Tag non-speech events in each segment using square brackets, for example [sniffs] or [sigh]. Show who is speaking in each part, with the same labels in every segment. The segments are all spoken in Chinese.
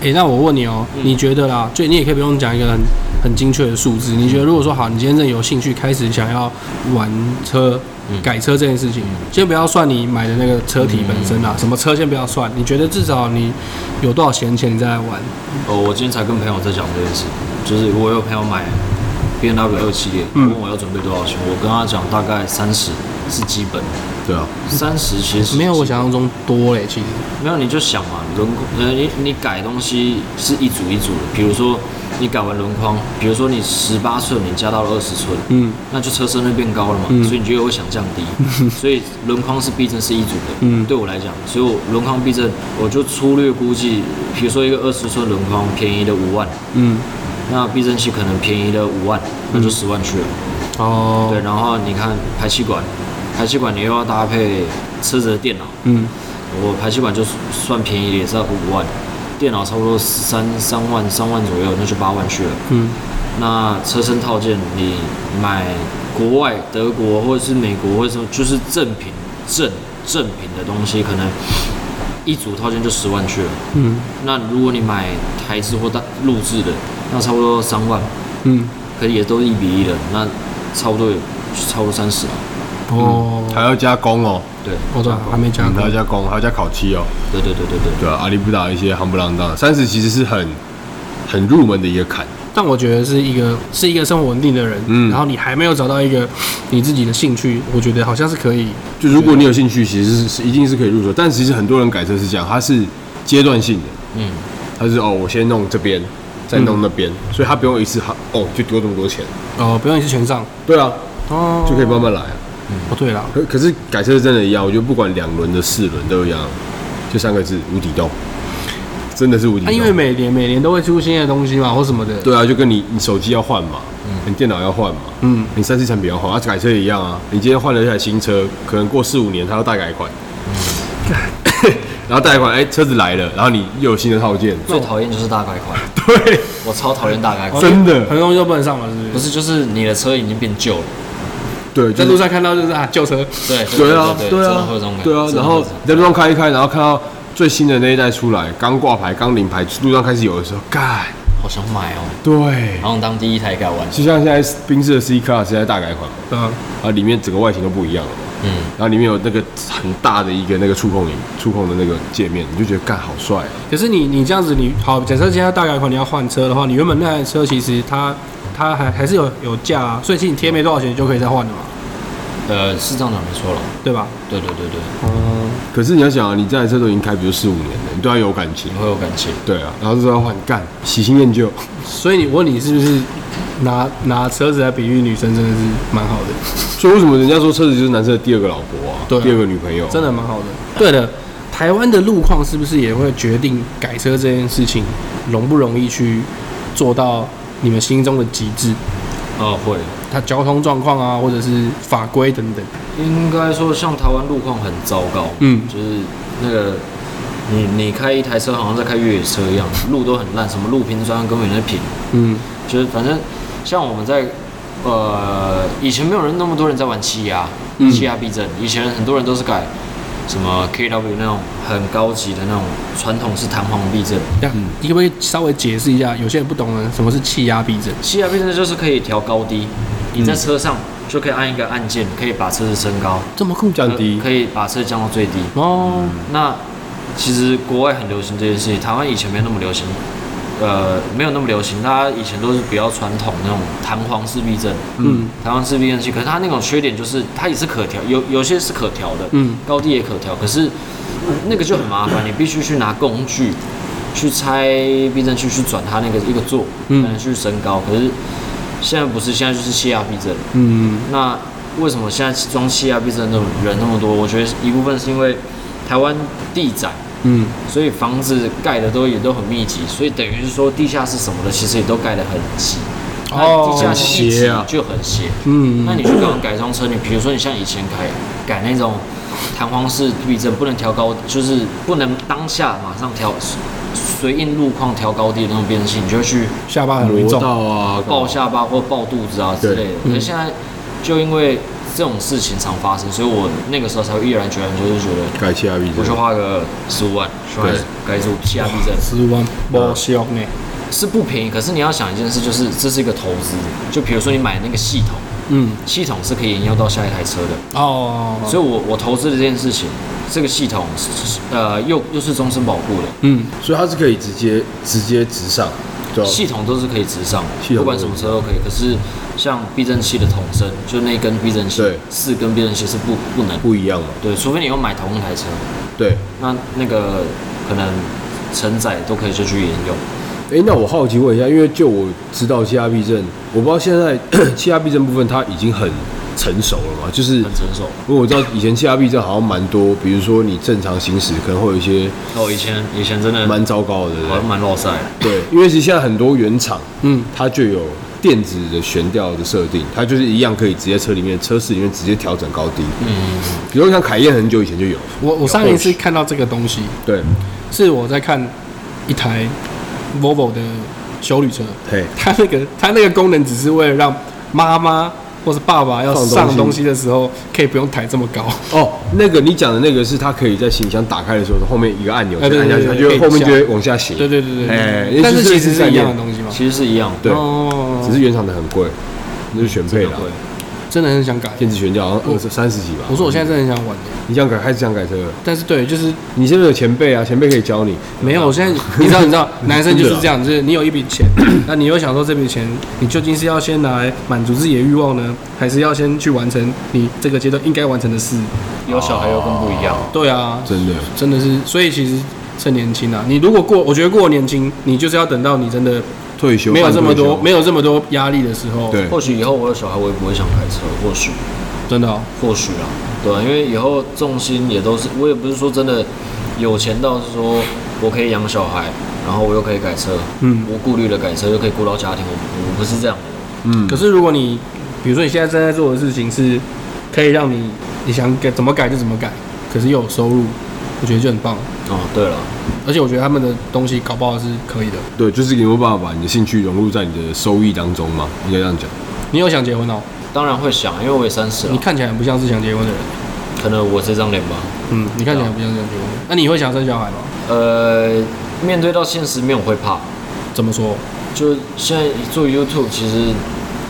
Speaker 1: 诶，那我问你哦、你觉得啦，就你也可以不用讲一个很很精确的数字。你觉得如果说好，你今天真的有兴趣开始想要玩车、改车这件事情，先不要算你买的那个车体本身啊啦，什么车先不要算。你觉得至少你有多少闲钱，你再来玩？
Speaker 2: 哦，我今天才跟朋友在讲这件事，就是我有朋友买 B N W 二系列，
Speaker 1: 嗯
Speaker 2: 问我要准备多少钱，我跟他讲大概三十是基本，
Speaker 3: 对啊，
Speaker 2: 三十其实
Speaker 1: 没有我想象中多嘞，其实。
Speaker 2: 没有你就想嘛，轮框呃你你改东西是一组一组的，比如说你改完轮框，比如说你十八寸你加到了二十寸，
Speaker 1: 嗯
Speaker 2: 那就车身会变高了嘛，所以你就会想降
Speaker 1: [laughs]
Speaker 2: 低，所以轮框是避震是一组的，
Speaker 1: 嗯
Speaker 2: 对我来讲，所以我轮框避震我就粗略估计，比如说一个二十寸轮框便宜了五万，
Speaker 1: 嗯，
Speaker 2: 那避震器可能便宜了五万，那就十万去了，
Speaker 1: 哦，
Speaker 2: 对，然后你看排气管，排气管你又要搭配车子的电脑，
Speaker 1: 嗯，
Speaker 2: 我排气管就算便宜也是要五万，电脑差不多三三万三万左右，那就八万去了。
Speaker 1: 嗯
Speaker 2: 那车身套件你买国外德国或者是美国或者什么，就是正品正正品的东西，可能一组套件就十万去了。
Speaker 1: 嗯
Speaker 2: 那如果你买台制或大录制的，那差不多三万，
Speaker 1: 嗯，
Speaker 2: 可也都是一比一的，那差不多也差不多三十了。
Speaker 1: 哦，
Speaker 3: 还要加工哦，
Speaker 2: 对，
Speaker 1: 我对，还没讲
Speaker 3: 还
Speaker 1: 过
Speaker 3: 要。加工，还要加烤漆哦，
Speaker 2: 对对对对对。
Speaker 3: 对啊，阿里不达一些夯不啷当，三十其实是很很入门的一个坎，
Speaker 1: 但我觉得是一个是一个生活稳定的人，
Speaker 3: 嗯
Speaker 1: 然后你还没有找到一个 [sniffs] 你自己的兴趣，我觉得好像是可以，
Speaker 3: 就如果你有兴趣，其实是是一定是可以入手，但其实很多人改车是这样，它是阶段性的，
Speaker 2: 嗯，
Speaker 3: 它是哦，我先弄这边，再弄那边，
Speaker 1: 嗯
Speaker 3: 所以他不用一次好哦就丢这么多钱，
Speaker 1: 哦，不用一次全上，
Speaker 3: 对啊，
Speaker 1: 哦，
Speaker 3: 就可以慢慢来啊。
Speaker 1: 哦，对了，
Speaker 3: 可可是改车是真的一样，我觉得不管两轮的、四轮都一样，就三个字：无底洞，真的是无底
Speaker 1: 啊，
Speaker 3: 洞。
Speaker 1: 因为每年每年都会出新的东西嘛，或什么的，，
Speaker 3: 对啊，就跟你你手机要换嘛，你电脑要换嘛，
Speaker 1: 嗯，
Speaker 3: 你三 C 产品要换，啊，改车也一样啊。你今天换了一台新车，可能过四五年它要大改款，
Speaker 2: 嗯
Speaker 3: [laughs] 然后大改款，哎、车子来了，然后你又有新的
Speaker 2: [laughs]
Speaker 3: 套件，
Speaker 2: 最讨厌就是大改款，
Speaker 3: 对，
Speaker 2: 我超讨厌大改款。
Speaker 3: 真的
Speaker 1: 很，多东西都不能上了，是
Speaker 2: 不
Speaker 1: 不是？
Speaker 2: 是，就是你的车已经变旧了，
Speaker 3: 对，
Speaker 1: 在
Speaker 3: 就是
Speaker 1: 路上看到就是啊，旧车，
Speaker 2: 对
Speaker 3: 对啊，
Speaker 2: 对
Speaker 3: 对
Speaker 2: 真的
Speaker 3: 啊
Speaker 2: 会有这种，感觉
Speaker 3: 对啊，
Speaker 2: 真的
Speaker 3: 然
Speaker 2: 会有这
Speaker 3: 后
Speaker 2: 种
Speaker 3: 你在路上开一开，然后看到最新的那一代出来，刚挂牌、刚领牌，路上开始有的时候，干，
Speaker 2: 好想买哦，
Speaker 3: 对，
Speaker 2: 好想当第一台改完。
Speaker 3: 就像现在宾士的 C Class 现在大改款嘛，
Speaker 1: 嗯，
Speaker 3: 啊，里面整个外形都不一样了嘛，
Speaker 2: 嗯，
Speaker 3: 然后里面有那个很大的一个那个触控屏、触控的那个界面，你就觉得干好帅啊，
Speaker 1: 可是你你这样子你，好，假设现在大改款你要换车的话，你原本那台车其实它它还还是有有价啊，所以其实你贴没多少钱你就可以再换了嘛，
Speaker 2: 呃，是这样讲没错了。
Speaker 1: 对吧？
Speaker 2: 对对对对，
Speaker 1: 嗯，
Speaker 3: 可是你要想啊，你这台车都已经开，比如四五年了，你对它有感情
Speaker 2: 你，会有感情。
Speaker 3: 对啊，然后就要换干，喜新厌旧， [laughs]
Speaker 1: 所以你我问你是不是拿拿车子来比喻女生，真的是蛮好的，
Speaker 3: 所以为什么人家说车子就是男生的第二个老婆啊，
Speaker 1: 对啊
Speaker 3: 第二个女朋友啊，
Speaker 1: 真的蛮好的。对了，台湾的路况是不是也会决定改车这件事情容不容易去做到你们心中的极致？
Speaker 2: 哦，会。
Speaker 1: 它交通状况啊，或者是法规等等。
Speaker 2: 应该说，像台湾路况很糟糕，
Speaker 1: 嗯
Speaker 2: 就是那个你你开一台车，好像在开越野车一样，路都很烂，什么路平砖根本在平，
Speaker 1: 嗯
Speaker 2: 就是反正像我们在呃以前没有人那么多人在玩气压，
Speaker 1: 嗯
Speaker 2: 气压避震，以前很多人都是改什么 KW 那种很高级的那种传统式弹簧避震，
Speaker 1: 那你可不可以稍微解释一下？有些人不懂呢，什么是气压避震？
Speaker 2: 气压避震就是可以调高低，
Speaker 3: 嗯
Speaker 2: 你在车上就可以按一个按键，可以把车子升高，
Speaker 1: 这么酷
Speaker 3: 降低
Speaker 2: 可以把车降到最低。
Speaker 1: 哦，
Speaker 2: 那其实国外很流行这件事情，台湾以前没那么流行，呃，没有那么流行，大家以前都是比较传统那种弹簧式避震，
Speaker 1: 嗯
Speaker 2: 弹簧式避震器，可是它那种缺点就是它也是可调，有有些是可调的，
Speaker 1: 嗯
Speaker 2: 高低也可调，可是那个就很麻烦，你必须去拿工具去拆避震器去转它那个一个座，才
Speaker 1: 嗯
Speaker 2: 能去升高，可是现在不是，现在就是气压避震，
Speaker 1: 嗯
Speaker 2: 那为什么现在装气压避震的人那么多？我觉得一部分是因为台湾地窄，
Speaker 1: 嗯
Speaker 2: 所以房子盖的都也都很密集，所以等于是说地下室什么的其实也都盖得很挤。
Speaker 1: 哦
Speaker 2: 那地下室一
Speaker 3: 很
Speaker 2: 挤
Speaker 3: 斜啊
Speaker 2: 就很斜。
Speaker 1: 嗯，
Speaker 2: 那你去搞改装车，你比如说你像以前改改那种弹簧式避震，不能调高，就是不能当下马上调，随应路况调高低的那种变速器，你就会去
Speaker 1: 下巴很容易
Speaker 3: 磨
Speaker 1: 重。
Speaker 3: 到啊，
Speaker 2: 抱下巴或抱肚子啊之类的。
Speaker 1: 对
Speaker 2: 可是现在就因为这种事情常发生，所以我那个时候才会毅然决然就是觉得，
Speaker 3: 改气压逼，
Speaker 2: 我就花个十五万，去买
Speaker 3: 对
Speaker 2: 改组气压避震。
Speaker 1: 十万哦不香呢，
Speaker 2: 是不便宜，可是你要想一件事，就是这是一个投资。就比如说你买那个系统，
Speaker 1: 嗯，
Speaker 2: 系统是可以沿用到下一台车的，
Speaker 1: 哦，
Speaker 2: 所以我我投资的这件事情，这个系统是是呃又又是终身保护的，
Speaker 1: 嗯，
Speaker 3: 所以它是可以直接直接直上，对吧？
Speaker 2: 系统都是可以直上，
Speaker 3: 哦系
Speaker 2: 不
Speaker 3: 统
Speaker 2: 管什么车都可以。可是像避震器的筒身，就那根避震器
Speaker 3: 对，
Speaker 2: 四根避震器是不不能，
Speaker 3: 不一样嘛，
Speaker 2: 对，除非你要买同一台车，
Speaker 3: 对。
Speaker 2: 那那个可能承载都可以就去沿用。
Speaker 3: 哎、那我好奇问一下，因为就我知道气压避震，我不知道现在 [coughs] 气压避震部分它已经很成熟了嘛，就是
Speaker 2: 很成熟。
Speaker 3: 因为我知道以前气压避震好像蛮多，比如说你正常行驶可能会有一些
Speaker 2: 哦，以前以前真
Speaker 1: 嗯
Speaker 2: 的
Speaker 3: 蛮糟糕的，对不
Speaker 2: 好像
Speaker 3: 对？
Speaker 2: 蛮落塞的，
Speaker 3: 对，因为其实现在很多原厂，
Speaker 1: 嗯，
Speaker 3: 它就有电子的悬吊的设定，它就是一样可以直接车里面车室里面直接调整高低。
Speaker 2: 嗯。
Speaker 3: 比如像凯宴很久以前就有，
Speaker 1: 我我上一次看到这个东西，
Speaker 3: 对，
Speaker 1: 是我在看一台 Volvo 的修旅车，
Speaker 3: 嘿，
Speaker 1: 它那个它那个功能只是为了让妈妈或是爸爸要
Speaker 3: 放东西
Speaker 1: 上东西的时候，可以不用抬这么高。
Speaker 3: 哦，那个你讲的那个是它可以在行李箱打开的时候，后面一个按钮
Speaker 1: 哎对
Speaker 3: 按下去，它
Speaker 1: 对
Speaker 3: 就
Speaker 1: 对
Speaker 3: 会后面
Speaker 1: 可以
Speaker 3: 就会往下行。
Speaker 1: 对对对对
Speaker 3: 哎
Speaker 1: 对，但是其实
Speaker 3: 就是这个
Speaker 1: 是
Speaker 3: 概
Speaker 1: 一
Speaker 3: 念
Speaker 1: 样的东西嘛。
Speaker 2: 其实是一样的。
Speaker 3: 对
Speaker 1: 哦，
Speaker 3: 只是原厂的很贵，那是选配了
Speaker 2: 很。贵
Speaker 1: 真的很想改。
Speaker 3: 电子悬吊好像二十三十几吧。
Speaker 1: 我说我现在真的很想玩，
Speaker 3: 你想改开始想改车了，
Speaker 1: 但是对，就是
Speaker 3: 你现在有前辈啊，前辈可以教你。
Speaker 1: 没有。我现在你知道，你知道，男生就是这样，就是你有一笔钱，那你又想说这笔钱，你究竟是要先拿来满足自己的欲望呢，还是要先去完成你这个阶段应该完成的事？
Speaker 2: 有小孩又更不一样。
Speaker 1: 对啊，
Speaker 3: 真的，
Speaker 1: 真的是，所以其实趁年轻啊，你如果过，我觉得过年轻，你就是要等到你真的
Speaker 3: 退休
Speaker 1: 没有这么多
Speaker 3: 半退休
Speaker 1: 没有这么多压力的时候，
Speaker 3: 对
Speaker 2: 或许以后我有小孩，我也不会想开车。或许，
Speaker 1: 真的哦、
Speaker 2: 或许啊，对啊，因为以后重心也都是，我也不是说真的有钱到是说我可以养小孩，然后我又可以改车，
Speaker 1: 嗯。
Speaker 2: 无顾虑的改车又可以顾到家庭，我我不是这样的。
Speaker 3: 嗯
Speaker 1: 可是如果你，比如说你现在正在做的事情是，可以让你你想改怎么改就怎么改，可是又有收入，我觉得就很棒。
Speaker 2: 哦，对了，
Speaker 1: 而且我觉得他们的东西搞不好是可以的。
Speaker 3: 对，就是你有没有办法把你的兴趣融入在你的收益当中嘛？应该这样讲。
Speaker 1: 你有想结婚哦？
Speaker 2: 当然会想，因为我也三十了
Speaker 1: 你，看起来很不像是想结婚的人。
Speaker 2: 可能我这张脸吧。
Speaker 1: 嗯，你看起来很不像是想结婚。那你会想生小孩吗？
Speaker 2: 呃，面对到现实面我会怕，
Speaker 1: 怎么说？
Speaker 2: 就现在做 YouTube，其实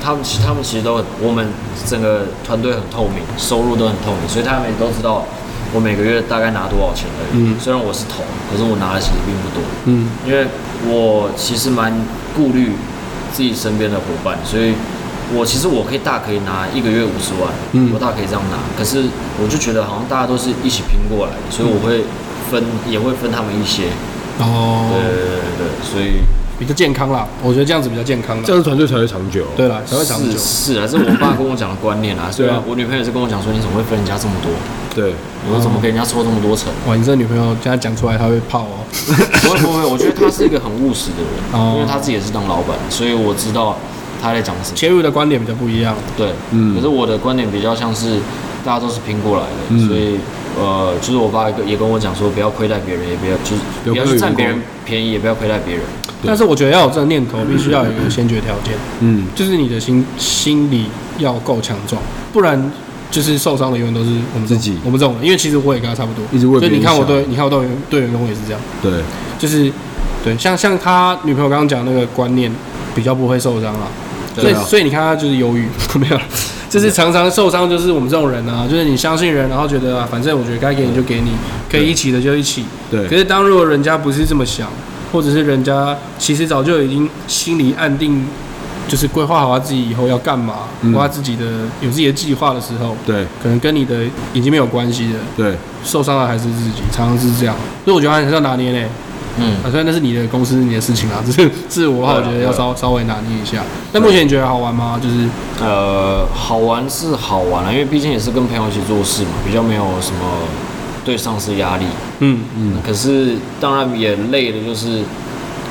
Speaker 2: 他们其他们其实都很，我们整个团队很透明，收入都很透明，所以他们也都知道我每个月大概拿多少钱而已。
Speaker 1: 嗯
Speaker 2: 虽然我是头，可是我拿的其实并不多，
Speaker 1: 嗯，
Speaker 2: 因为我其实蛮顾虑自己身边的伙伴，所以。我其实我可以大可以拿一个月五十万，
Speaker 1: 嗯
Speaker 2: 我大可以这样拿，可是我就觉得好像大家都是一起拼过来的，所以我会分，也会分他们一些，
Speaker 1: 然后
Speaker 2: 对对对对对，所以
Speaker 1: 哦比较健康啦。我觉得这样子比较健康
Speaker 3: 这
Speaker 1: 啦。
Speaker 3: 样团队才会长久。
Speaker 1: 对啦，才会长久
Speaker 2: 是。是啊，这是我爸跟我讲的观念啊。虽
Speaker 1: 对啊
Speaker 2: 然我女朋友也是跟我讲说，你怎么会分人家这么多？
Speaker 3: 对，
Speaker 2: 我说怎么给人家抽这么多层？
Speaker 1: 哇，你这女朋友现在讲出来，她会泡哦。
Speaker 2: 不会不会，我觉得他是一个很务实的
Speaker 1: 哦
Speaker 2: 人，因为他自己也是当老板，所以我知道他在讲什么。
Speaker 1: 切入的观点比较不一样。
Speaker 2: 对，
Speaker 3: 嗯
Speaker 2: 可是我的观点比较像是大家都是拼过来的，
Speaker 3: 嗯
Speaker 2: 所以呃，就是我爸也跟我讲说，不要亏待别人，也不要就是
Speaker 3: 不要
Speaker 2: 不要去
Speaker 3: 亏待
Speaker 2: 占
Speaker 3: 员
Speaker 2: 别人
Speaker 3: 工
Speaker 2: 便宜，也不要亏待别人。
Speaker 3: 对
Speaker 1: 但是我觉得要有这个念头，必须要有一个先决条件，
Speaker 3: 嗯，
Speaker 1: 就是你的心心理要够强壮，不然就是受伤的永远都是我们这种
Speaker 3: 自己
Speaker 1: 我们这种人。因为其实我也跟他差不多，
Speaker 3: 一直为
Speaker 1: 所
Speaker 3: 别
Speaker 1: 以
Speaker 3: 人
Speaker 1: 你看我
Speaker 3: 想
Speaker 1: 对，你看我对员对员工也是这样，
Speaker 3: 对，
Speaker 1: 就是对，像像他女朋友刚刚讲那个观念，比较不会受伤啊。所
Speaker 3: 对
Speaker 1: 以
Speaker 3: 啊
Speaker 1: 所以你看他就是忧郁， [laughs] 没有了，就是常常受伤，就是我们这种人啊，就是你相信人，然后觉得啊，反正我觉得该给你就给你，可以一起的就一起。可
Speaker 3: 对，
Speaker 1: 是当如果人家不是这么想，或者是人家其实早就已经心里暗定，就是规划好他自己以后要干嘛，
Speaker 3: 嗯
Speaker 1: 或他自己的有自己的计划的时候，
Speaker 3: 对，
Speaker 1: 可能跟你的已经没有关系了，
Speaker 3: 对，
Speaker 1: 受伤的还是自己，常常是这样。所以我觉得还是要拿捏嘞，
Speaker 2: 嗯，
Speaker 1: 啊，虽然那是你的公司你的事情啦，只是是我话，我觉得要稍稍微拿捏一下。那目前你觉得好玩吗？就是
Speaker 2: 呃，好玩是好玩啊，因为毕竟也是跟朋友一起做事嘛，比较没有什么对上司压力。
Speaker 1: 嗯，
Speaker 3: 嗯，
Speaker 2: 可是当然也累的，就是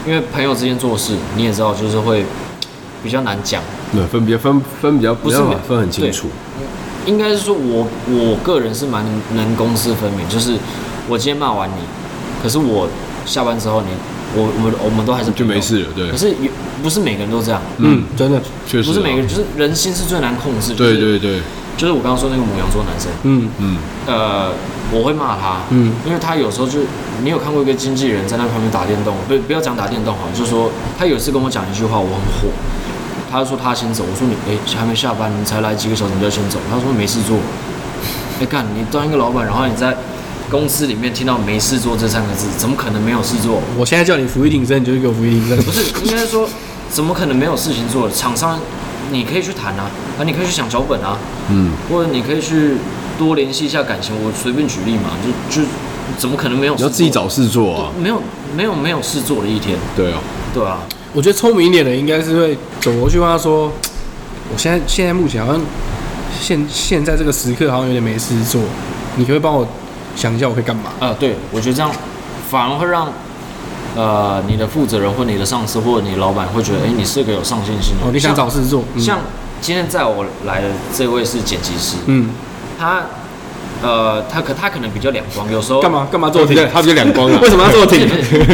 Speaker 2: 因为朋友之间做事，你也知道，就是会比较难讲。
Speaker 3: 对，分比较分分比较不
Speaker 2: 不是
Speaker 3: 要
Speaker 2: 每
Speaker 3: 分很清楚。
Speaker 2: 应该是说我我个人是蛮能公私分明，就是我今天骂完你，可是我下班之后你我我们我们都还是
Speaker 3: 就
Speaker 2: 朋友
Speaker 3: 没。事了，对
Speaker 2: 可，是也不是每个人都这样，
Speaker 1: 嗯，真的，
Speaker 3: 确实
Speaker 2: 不
Speaker 3: 啊，
Speaker 2: 是每个人，就是人心是最难控制。就是
Speaker 3: 对对对，
Speaker 2: 就是我刚刚说那个母羊座男生，
Speaker 1: 嗯
Speaker 3: 嗯，
Speaker 2: 呃，我会骂他，
Speaker 1: 嗯
Speaker 2: 因为他有时候就，你有看过一个经纪人在那旁边打电动，不不要讲打电动好了，就是说他有一次跟我讲一句话，我很火，他就说他先走，我说你哎、还没下班，你才来几个小时你就先走，他说没事做，哎、干你当一个老板，然后你在公司里面听到没事做这三个字，怎么可能没有事做？
Speaker 1: 我现在叫你服役挺身，你就给我服役挺身。
Speaker 2: 不是，应该说怎么可能没有事情做？厂商你可以去谈啊，啊你可以去想脚本啊，
Speaker 3: 嗯，
Speaker 2: 或者你可以去多联系一下感情。我随便举例嘛，就就怎么可能没有
Speaker 3: 你
Speaker 2: 事
Speaker 3: 要
Speaker 2: 做？
Speaker 3: 自己找事做啊。
Speaker 2: 没有没有没有事做的一天，
Speaker 3: 对啊，
Speaker 2: 对啊，
Speaker 1: 我觉得聪明一点的应该是会走过去问他说：“我现在现在目前好像现现在这个时刻好像有点没事做，你可不可以帮我想一下我可以干嘛
Speaker 2: 呃，对我觉得这样反而会让呃你的负责人或你的上司或者你的老板会觉得，哎、你是个有上进心？”的。
Speaker 1: 哦，你想找事做，嗯
Speaker 2: 像像今天在我来的这位是剪辑师，
Speaker 1: 嗯，
Speaker 2: 他呃他可他可能比较两光，有时候
Speaker 1: 干？嘛干嘛做
Speaker 3: 比
Speaker 1: 停
Speaker 3: 较？他比较两光
Speaker 1: [laughs]
Speaker 3: 啊。
Speaker 1: 为什么要做停？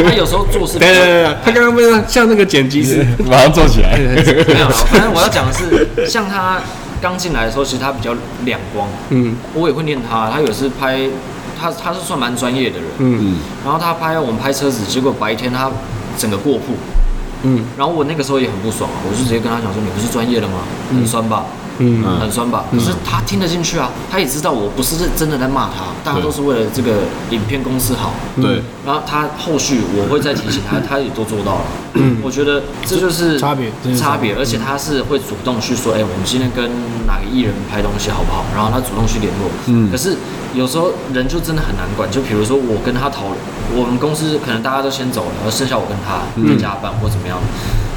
Speaker 2: 他有时候做事比
Speaker 1: 对
Speaker 2: 较
Speaker 1: 对对，对他刚刚不是像那个剪辑师，
Speaker 3: 马上做起来。
Speaker 2: 没有啦，反正我要讲的是，像他刚进来的时候，其实他比较两光，
Speaker 1: 嗯
Speaker 2: 我也会念他。他有时拍，他他是算蛮专业的人，
Speaker 1: 嗯
Speaker 3: [laughs] 嗯，
Speaker 2: 然后他拍我们拍车子，结果白天他整个过曝，
Speaker 1: 嗯
Speaker 2: 然后我那个时候也很不爽啊，我就直接跟他讲说，你不是专业的吗？很酸吧，
Speaker 1: 嗯，
Speaker 2: 很酸吧？可是他听得进去啊，他也知道我不是真的在骂他，大家都是为了这个影片公司好。
Speaker 3: 对，
Speaker 2: 然后他后续我会再提醒他，他也都做到了。我觉得这就是
Speaker 1: 嗯差别这就是
Speaker 2: 差
Speaker 1: 差别嗯
Speaker 2: 别，而且他是会主动去说，哎，我们今天跟哪个艺人拍东西好不好？然后他主动去联络。
Speaker 3: 嗯
Speaker 2: 可是有时候人就真的很难管，就比如说我跟他讨论，我们公司可能大家都先走了，而剩下我跟他
Speaker 1: 嗯
Speaker 2: 在加班或怎么样，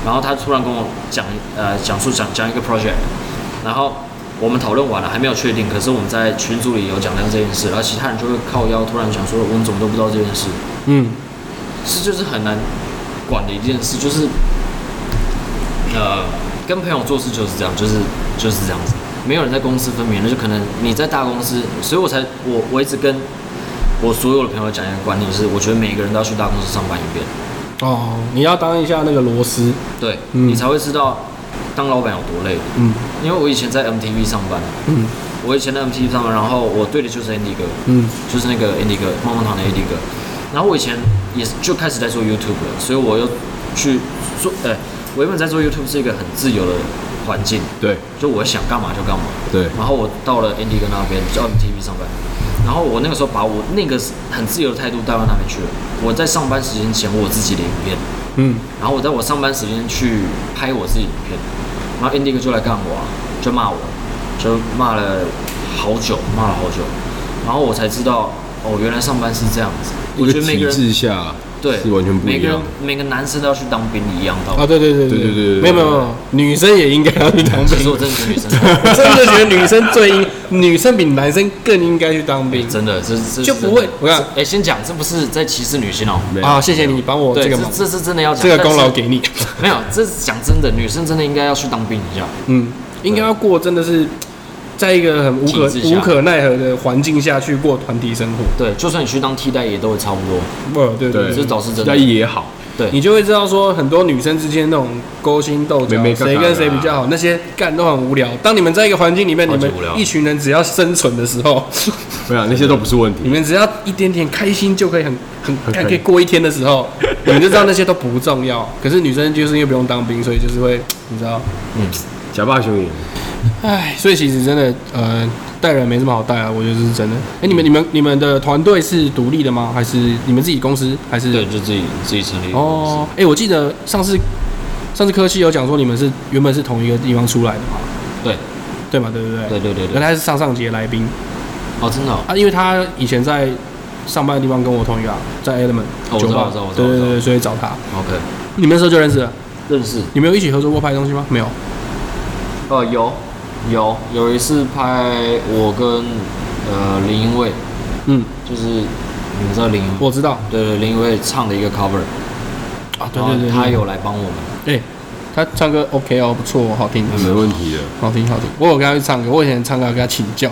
Speaker 2: 然后他突然跟我讲，呃，讲述讲讲一个 project，然后。我们讨论完了，还没有确定，可是我们在群组里有讲到这件事，然后其他人就会靠腰突然讲说，我们怎么都不知道这件事，
Speaker 1: 嗯，
Speaker 2: 是就是很难管的一件事，就是呃，跟朋友做事就是这样，就是就是这样子，没有人在公司分明，那就可能你在大公司，所以我才我我一直跟我所有的朋友讲一个观念，就是我觉得每个人都要去大公司上班一遍，
Speaker 1: 哦，你要当一下那个螺丝，
Speaker 2: 对、
Speaker 1: 嗯
Speaker 2: 你才会知道当老板有多累。
Speaker 1: 嗯
Speaker 2: 因为我以前在 MTV 上班，
Speaker 1: 嗯
Speaker 2: 我以前在 MTV 上班，然后我对的就是 Andy 哥，
Speaker 1: 嗯
Speaker 2: 就是那个 Andy 哥，棒棒糖的 Andy 哥。然后我以前也是就开始在做 YouTube 了，所以我又去做，哎、我原本在做 YouTube 是一个很自由的环境，
Speaker 3: 对，
Speaker 2: 就我想干嘛就干嘛。
Speaker 3: 对，
Speaker 2: 然后我到了 Andy 哥那边，就 MTV 上班，然后我那个时候把我那个很自由的态度带到那边去了。我在上班时间前，我有自己的影片，
Speaker 1: 嗯，
Speaker 2: 然后我在我上班时间去拍我自己的影片，然后 Andy 哥就来干我、啊，就骂我，就骂了好久，骂了好久，然后我才知道，哦，原来上班是这样子。我
Speaker 3: 一
Speaker 2: 觉
Speaker 3: 个
Speaker 2: 得每个
Speaker 3: 体
Speaker 2: 人
Speaker 3: 制下
Speaker 2: 对
Speaker 3: 是完全不
Speaker 2: 每
Speaker 3: 一
Speaker 2: 个人
Speaker 3: 样。
Speaker 2: 每个男生都要去当兵一样
Speaker 1: 啊，
Speaker 2: 的。
Speaker 1: 对对对
Speaker 3: 对对对对
Speaker 1: 没有没有没有，女生也应该要去当
Speaker 2: 其实
Speaker 1: 兵。
Speaker 2: 我真的觉得女生
Speaker 1: 我真的觉得女生最应，女生比男生更应该去当兵。
Speaker 2: 真的这这
Speaker 1: 就不会我看
Speaker 2: 哎、先讲，这不是在歧视女性哦、
Speaker 3: 没有
Speaker 1: 啊，谢谢你帮我
Speaker 2: 对，
Speaker 1: 这
Speaker 2: 这
Speaker 1: 个忙，
Speaker 2: 这是真的要讲
Speaker 1: 这个功劳
Speaker 2: 但是
Speaker 1: 给你。 [laughs]
Speaker 2: 没有，这是讲真的，女生真的应该要去当兵一下。
Speaker 1: 嗯，应该要过真的是在一个很无可
Speaker 2: 体制下
Speaker 1: 无可奈何的环境下去过团体生活。
Speaker 2: 对，就算你去当替代，也都会差不多。
Speaker 1: 不，对对
Speaker 3: 对
Speaker 2: 这
Speaker 1: 对
Speaker 2: 是。早是真
Speaker 3: 要
Speaker 2: 的。
Speaker 3: 也好，
Speaker 1: 你就会知道说，很多女生之间那种勾心斗角
Speaker 3: 妹妹，嘎嘎
Speaker 1: 谁跟谁比较好，那些干都很无聊。当你们在一个环境里面，
Speaker 2: 啊超
Speaker 1: 你
Speaker 2: 级
Speaker 1: 们
Speaker 2: 无聊
Speaker 1: 一群人只要生存的时候，
Speaker 3: 没有那些都不是问
Speaker 1: 你
Speaker 3: 题。
Speaker 1: 们只要一点点开心就可以很很
Speaker 3: 很
Speaker 1: 干
Speaker 3: 开
Speaker 1: 可以过一天的时候，你们就知道那些都不重要。可是女生就是因为不用当兵，所以就是会你知道，
Speaker 2: 嗯，
Speaker 3: 假霸雄也
Speaker 1: 唉，所以其实真的呃，带人没什么好带啊，我觉得这是真的。哎、你们你们你们的团队是独立的吗？还是你们自己公司？还是
Speaker 2: 对，就自己自己成立一个公司
Speaker 1: 哦，，哎、我记得上次上次科系有讲说你们是原本是同一个地方出来的嘛？
Speaker 2: 对，
Speaker 1: 对嘛，对不对？
Speaker 2: 对对对
Speaker 1: 原
Speaker 2: 对。
Speaker 1: 来是上上节来宾
Speaker 2: 哦，真的哦，
Speaker 1: 啊，因为他以前在上班的地方跟我同一个、啊，在 Element
Speaker 2: 哦我知
Speaker 1: 酒
Speaker 2: 道
Speaker 1: 吧
Speaker 2: 我知道我，知道
Speaker 1: 对
Speaker 2: 我知道
Speaker 1: 对对，所以找他。
Speaker 2: OK，
Speaker 1: 你们那时候就认识了？
Speaker 2: 认识。
Speaker 1: 你们有一起合作过拍东西吗？没有。
Speaker 2: 嗯呃，有有有一次拍我跟呃林英卫，
Speaker 1: 嗯，
Speaker 2: 就是你们知道林英卫，
Speaker 1: 我知道
Speaker 2: 对对，林英卫唱的一个 cover，
Speaker 1: 啊，对
Speaker 2: 然后
Speaker 1: 对对，
Speaker 2: 哦他
Speaker 1: 对，
Speaker 2: 有来帮我们。
Speaker 1: 哎、他唱歌 OK 哦，不错哦，好听，
Speaker 2: 嗯
Speaker 3: 没问题的。
Speaker 1: 好听好听。我有跟他去唱歌，我以前唱歌跟他请教，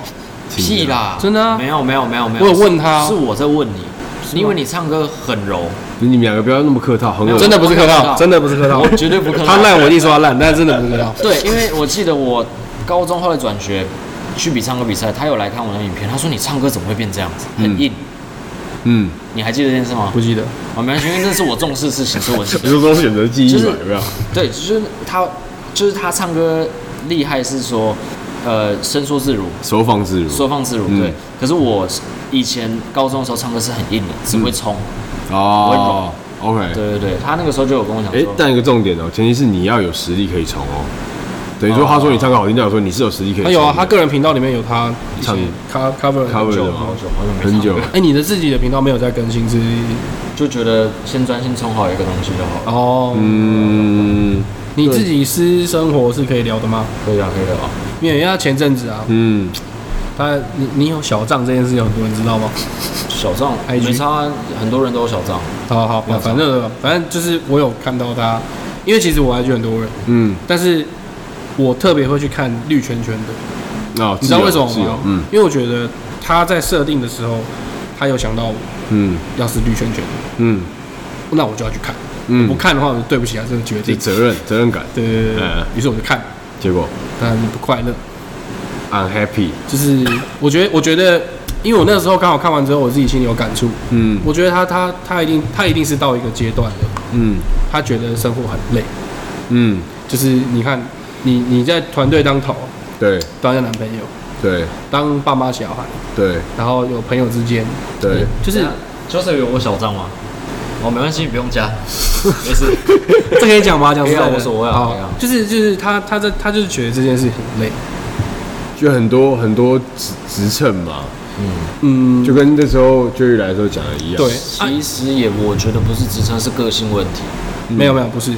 Speaker 2: 屁啦，
Speaker 1: 真的啊
Speaker 2: 没有没有没有没有，
Speaker 1: 我有问他啊
Speaker 2: 是我在问你，
Speaker 1: 吗
Speaker 2: 你以为你唱歌很柔？
Speaker 3: 你们两个不要那么客套，很有
Speaker 1: 真的不是客
Speaker 2: 我有看
Speaker 1: 套，
Speaker 2: 到
Speaker 1: 真的不是客套
Speaker 2: 我，绝对不可能。
Speaker 1: 他烂我一定说他烂，但是真的不是客套。
Speaker 2: 对，因为我记得我高中后来转学，去比唱歌比赛，他有来看我的影片，他说你唱歌怎么会变这样子，很硬。
Speaker 3: 嗯，
Speaker 2: 你还记得这件事吗？
Speaker 1: 不记得，
Speaker 2: 我没关系，因为那是我重视的事情，所以我记
Speaker 3: 你
Speaker 2: 得。
Speaker 3: 说都是选择记忆
Speaker 2: 就是
Speaker 3: 嘛，有没有？
Speaker 2: 对，就是他，就是他唱歌厉害是说，呃，伸缩自如，
Speaker 3: 收放自如，
Speaker 2: 收放自如。
Speaker 3: 嗯
Speaker 2: 对，可是我以前高中的时候唱歌是很硬的，只会冲。
Speaker 3: 哦，OK，
Speaker 2: 对对对，他那个时候就有跟我讲
Speaker 3: 哎
Speaker 2: 说，，
Speaker 3: 但一个重点哦，前提是你要有实力可以冲哦。等于说，他说你唱歌好听，代表说你是有实力可
Speaker 1: 他
Speaker 3: 以冲的。
Speaker 1: 有啊，他个人频道里面有他一些
Speaker 3: 唱
Speaker 1: co- cover
Speaker 3: cover
Speaker 2: 久
Speaker 3: 的
Speaker 2: 好
Speaker 3: 吗？
Speaker 2: 久好久没唱
Speaker 3: 很久
Speaker 2: 歌，
Speaker 1: 哎、你的自己的频道没有在更新是？
Speaker 2: 就觉得先专心冲好一个东西就好了。
Speaker 1: 哦，
Speaker 3: 嗯
Speaker 1: 你自己私生活是可以聊的吗？
Speaker 2: 可以啊，可以的啊。
Speaker 1: 因为因为他前阵子啊，
Speaker 3: 嗯，
Speaker 1: 他你你有小账这件事，有很多人知道吗？
Speaker 2: 小账
Speaker 1: IG
Speaker 2: 没差啊，很多人都有小账。
Speaker 1: 好好，好反正反正就是我有看到他，因为其实我还觉得很多人，
Speaker 3: 嗯，
Speaker 1: 但是我特别会去看绿圈圈的，
Speaker 3: 哦，
Speaker 1: 你知道
Speaker 3: 自由
Speaker 1: 为什么
Speaker 3: 自由
Speaker 1: 吗？
Speaker 3: 嗯
Speaker 1: 因为我觉得他在设定的时候，他有想到我
Speaker 3: 嗯
Speaker 1: 要是绿圈圈，
Speaker 3: 嗯
Speaker 1: 那我就要去看，
Speaker 3: 嗯，
Speaker 1: 不看的话我就对不起他这个决
Speaker 3: 这
Speaker 1: 定。
Speaker 3: 责任责任感，
Speaker 1: 对对对对
Speaker 3: 嗯
Speaker 1: 对，于是我就看，
Speaker 3: 结果
Speaker 1: 但不快乐。
Speaker 3: unhappy，
Speaker 1: 就是我觉得，我觉得，因为我那时候刚好看完之后，我自己心里有感触。
Speaker 3: 嗯
Speaker 1: 我觉得他他他一定他一定是到一个阶段了，
Speaker 3: 嗯
Speaker 1: 他觉得生活很累。
Speaker 3: 嗯，
Speaker 1: 就是你看，你你在团队当头，
Speaker 3: 对
Speaker 1: 当一个男朋友，
Speaker 3: 对
Speaker 1: 当爸妈小孩，
Speaker 3: 对
Speaker 1: 然后有朋友之间，
Speaker 3: 对，
Speaker 1: 就是
Speaker 2: 就是有我小账吗？哦，没关系，不用加，没事。
Speaker 1: 这可以讲吗？讲出来 [laughs]
Speaker 2: 可以啊
Speaker 1: 的
Speaker 2: 无所谓啊
Speaker 1: 好
Speaker 2: 可以啊
Speaker 1: 就是就是他他在他就是觉得这件事很累。
Speaker 3: 就很多很多职职称嘛，
Speaker 1: 嗯，
Speaker 3: 就跟那时候就玉来的时候讲的一样，
Speaker 1: 对啊
Speaker 2: 其实也，我觉得不是职称，是个性问题，
Speaker 1: 没有没有，不是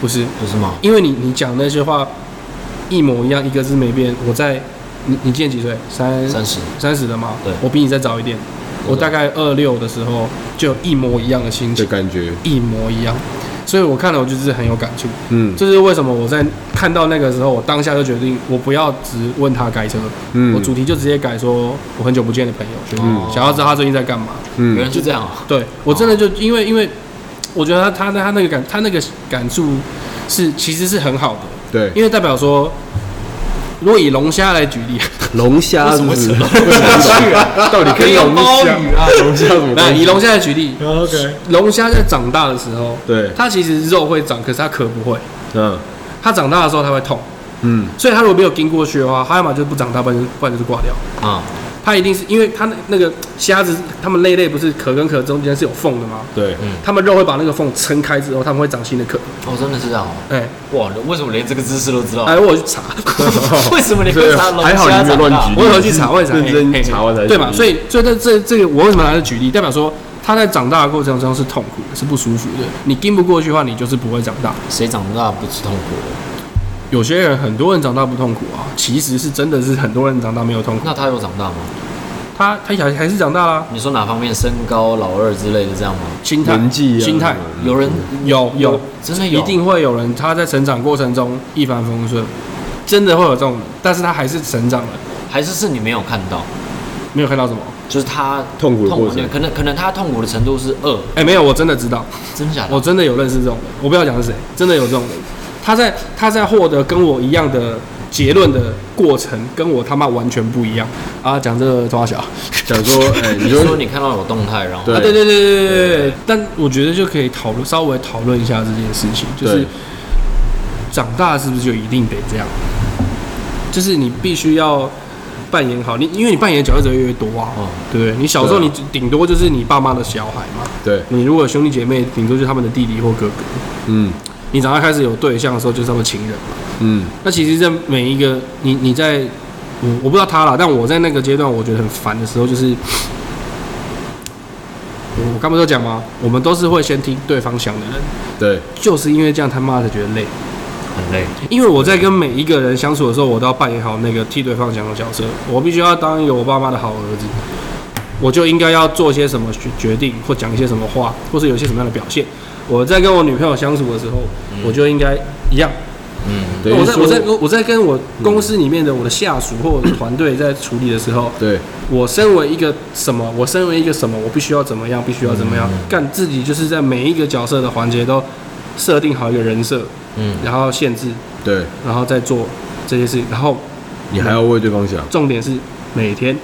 Speaker 1: 不是，
Speaker 2: 不是吗？
Speaker 1: 因为你你讲那些话一模一样，一个字没变。我在你你今年几岁？三
Speaker 2: 三十，
Speaker 1: 三十的嘛，
Speaker 2: 对
Speaker 1: 我比你再早一点，我大概二六的时候就有一模一样的心
Speaker 3: 的
Speaker 1: 情，
Speaker 3: 感觉，
Speaker 1: 一模一样，所以我看了我就是很有感触，
Speaker 3: 嗯
Speaker 1: 这、是为什么我在看到那个时候，我当下就决定我不要只问他改车，
Speaker 3: 嗯
Speaker 1: 我主题就直接改说我很久不见的朋友，就是
Speaker 2: 嗯
Speaker 1: 想要知道他最近在干嘛。
Speaker 2: 原
Speaker 3: 嗯
Speaker 2: 来是这样啊。
Speaker 1: 对我真的就因为因为我觉得他他他那个感他那个感触是其实是很好的，
Speaker 3: 对，
Speaker 1: 因为代表说。如果以龙虾来举
Speaker 3: [laughs]
Speaker 1: 例，
Speaker 3: 龙虾
Speaker 2: 为什么
Speaker 3: 是
Speaker 2: 扯
Speaker 3: 不是到底跟龙虾
Speaker 2: 跟鲍鱼啊
Speaker 3: 龙虾怎么
Speaker 1: 那
Speaker 3: 关
Speaker 1: 以
Speaker 3: 系？
Speaker 1: 龙虾来举例，
Speaker 3: 哦 OK，
Speaker 1: 龙虾在长大的时候，
Speaker 3: 对，
Speaker 1: 它其实肉会长，可是它壳不会。
Speaker 3: 嗯
Speaker 1: 它长大的时候它会痛，
Speaker 3: 嗯
Speaker 1: 所以它如果没有跟过去的话，它要么就是不长大，不然就是不然就是挂掉。
Speaker 2: 啊，
Speaker 1: 它一定是因为它那那个虾子，它们类类不是壳跟壳中间是有缝的吗？
Speaker 3: 对，
Speaker 1: 它们肉会把那个缝撑开之后，它们会长新的壳。
Speaker 2: 哦，真的是这样哦。
Speaker 1: 哎、
Speaker 2: 哇，为什么连这个知识都知道？
Speaker 1: 哎，我有去查， [laughs]
Speaker 2: 为什么你会
Speaker 3: 对
Speaker 2: 查龙
Speaker 3: 还好
Speaker 2: 虾
Speaker 3: 你没有
Speaker 2: 长
Speaker 3: 乱
Speaker 2: 大
Speaker 3: 举？
Speaker 1: 我有去查，我有去查，
Speaker 3: 认真
Speaker 1: 嘿嘿嘿
Speaker 3: 查完才
Speaker 1: 对嘛？
Speaker 3: 举例
Speaker 1: 所以，所以这这这个我为什么拿来举例？代表说它在长大的过程中是痛苦的，是不舒服的。你跟不过去的话，你就是不会长大。
Speaker 2: 谁长大不是痛苦的？
Speaker 1: 有些人很多人长大不痛苦啊，其实是真的是很多人长大没有痛苦，
Speaker 2: 那他有长大吗？
Speaker 1: 他他还还是长大啦，
Speaker 2: 你说哪方面？身高、老二之类的这样吗？
Speaker 1: 心态、
Speaker 3: 年纪啊
Speaker 1: 心态
Speaker 3: 嗯
Speaker 2: 有人
Speaker 1: 有有，
Speaker 2: 真的有，
Speaker 1: 一定会有人他在成长过程中一帆风顺，真的会有这种人，但是他还是成长了，
Speaker 2: 还是是你没有看到，
Speaker 1: 没有看到什么？
Speaker 2: 就是他
Speaker 3: 痛苦的过程
Speaker 2: 可能可能他痛苦的程度是二，
Speaker 1: 哎、没有，我真的知道，
Speaker 2: 真假的？
Speaker 1: 我真的有认识这种人，我不要讲是谁，真的有这种人，他在他在获得跟我一样的结论的过程，跟我他妈完全不一样啊！讲这个多小。
Speaker 3: 想说，哎，你
Speaker 2: 你
Speaker 3: 说
Speaker 2: 说你看到有动态，然后
Speaker 3: 对
Speaker 1: 啊，对对对对对对对。但我觉得就可以讨论稍微讨论一下这件事情，就是
Speaker 3: 对
Speaker 1: 长大是不是就一定得这样？就是你必须要扮演好你，因为你扮演的角色只会越来越多啊，
Speaker 2: 哦
Speaker 1: 对不对？你小时候
Speaker 3: 对
Speaker 1: 你
Speaker 3: 啊
Speaker 1: 顶多就是你爸妈的小孩嘛，
Speaker 3: 对，
Speaker 1: 你如果有兄弟姐妹，顶多就是他们的弟弟或哥哥。
Speaker 3: 嗯
Speaker 1: 你长大开始有对象的时候，就是他们情人嘛。
Speaker 3: 嗯
Speaker 1: 那其实，在每一个你你在，嗯，我不知道他啦，但我在那个阶段，我觉得很烦的时候，就是我我刚不是有讲吗？我们都是会先听对方想的人，
Speaker 3: 对，
Speaker 1: 就是因为这样他妈的觉得累。
Speaker 2: 很累，
Speaker 1: 因为我在跟每一个人相处的时候，我都要扮演好那个替对方想的角色，我必须要当一个我爸妈的好儿子，我就应该要做些什么决决定，或讲一些什么话，或是有些什么样的表现。我在跟我女朋友相处的时候，我就应该一样。
Speaker 2: 嗯，
Speaker 3: 嗯等于
Speaker 1: 我在
Speaker 3: 说嗯
Speaker 1: 我在我在跟我公司里面的我的下属或我的团队在处理的时候，
Speaker 3: 对
Speaker 1: 我身为一个什么，我身为一个什么，我必须要怎么样，必须要怎么
Speaker 3: 嗯
Speaker 1: 样，干自己就是在每一个角色的环节都设定好一个人设，
Speaker 2: 嗯，
Speaker 1: 然后限制，
Speaker 3: 对
Speaker 1: 然后再做这些事情，然后
Speaker 3: 你还要为对方想。
Speaker 1: 重点是每天，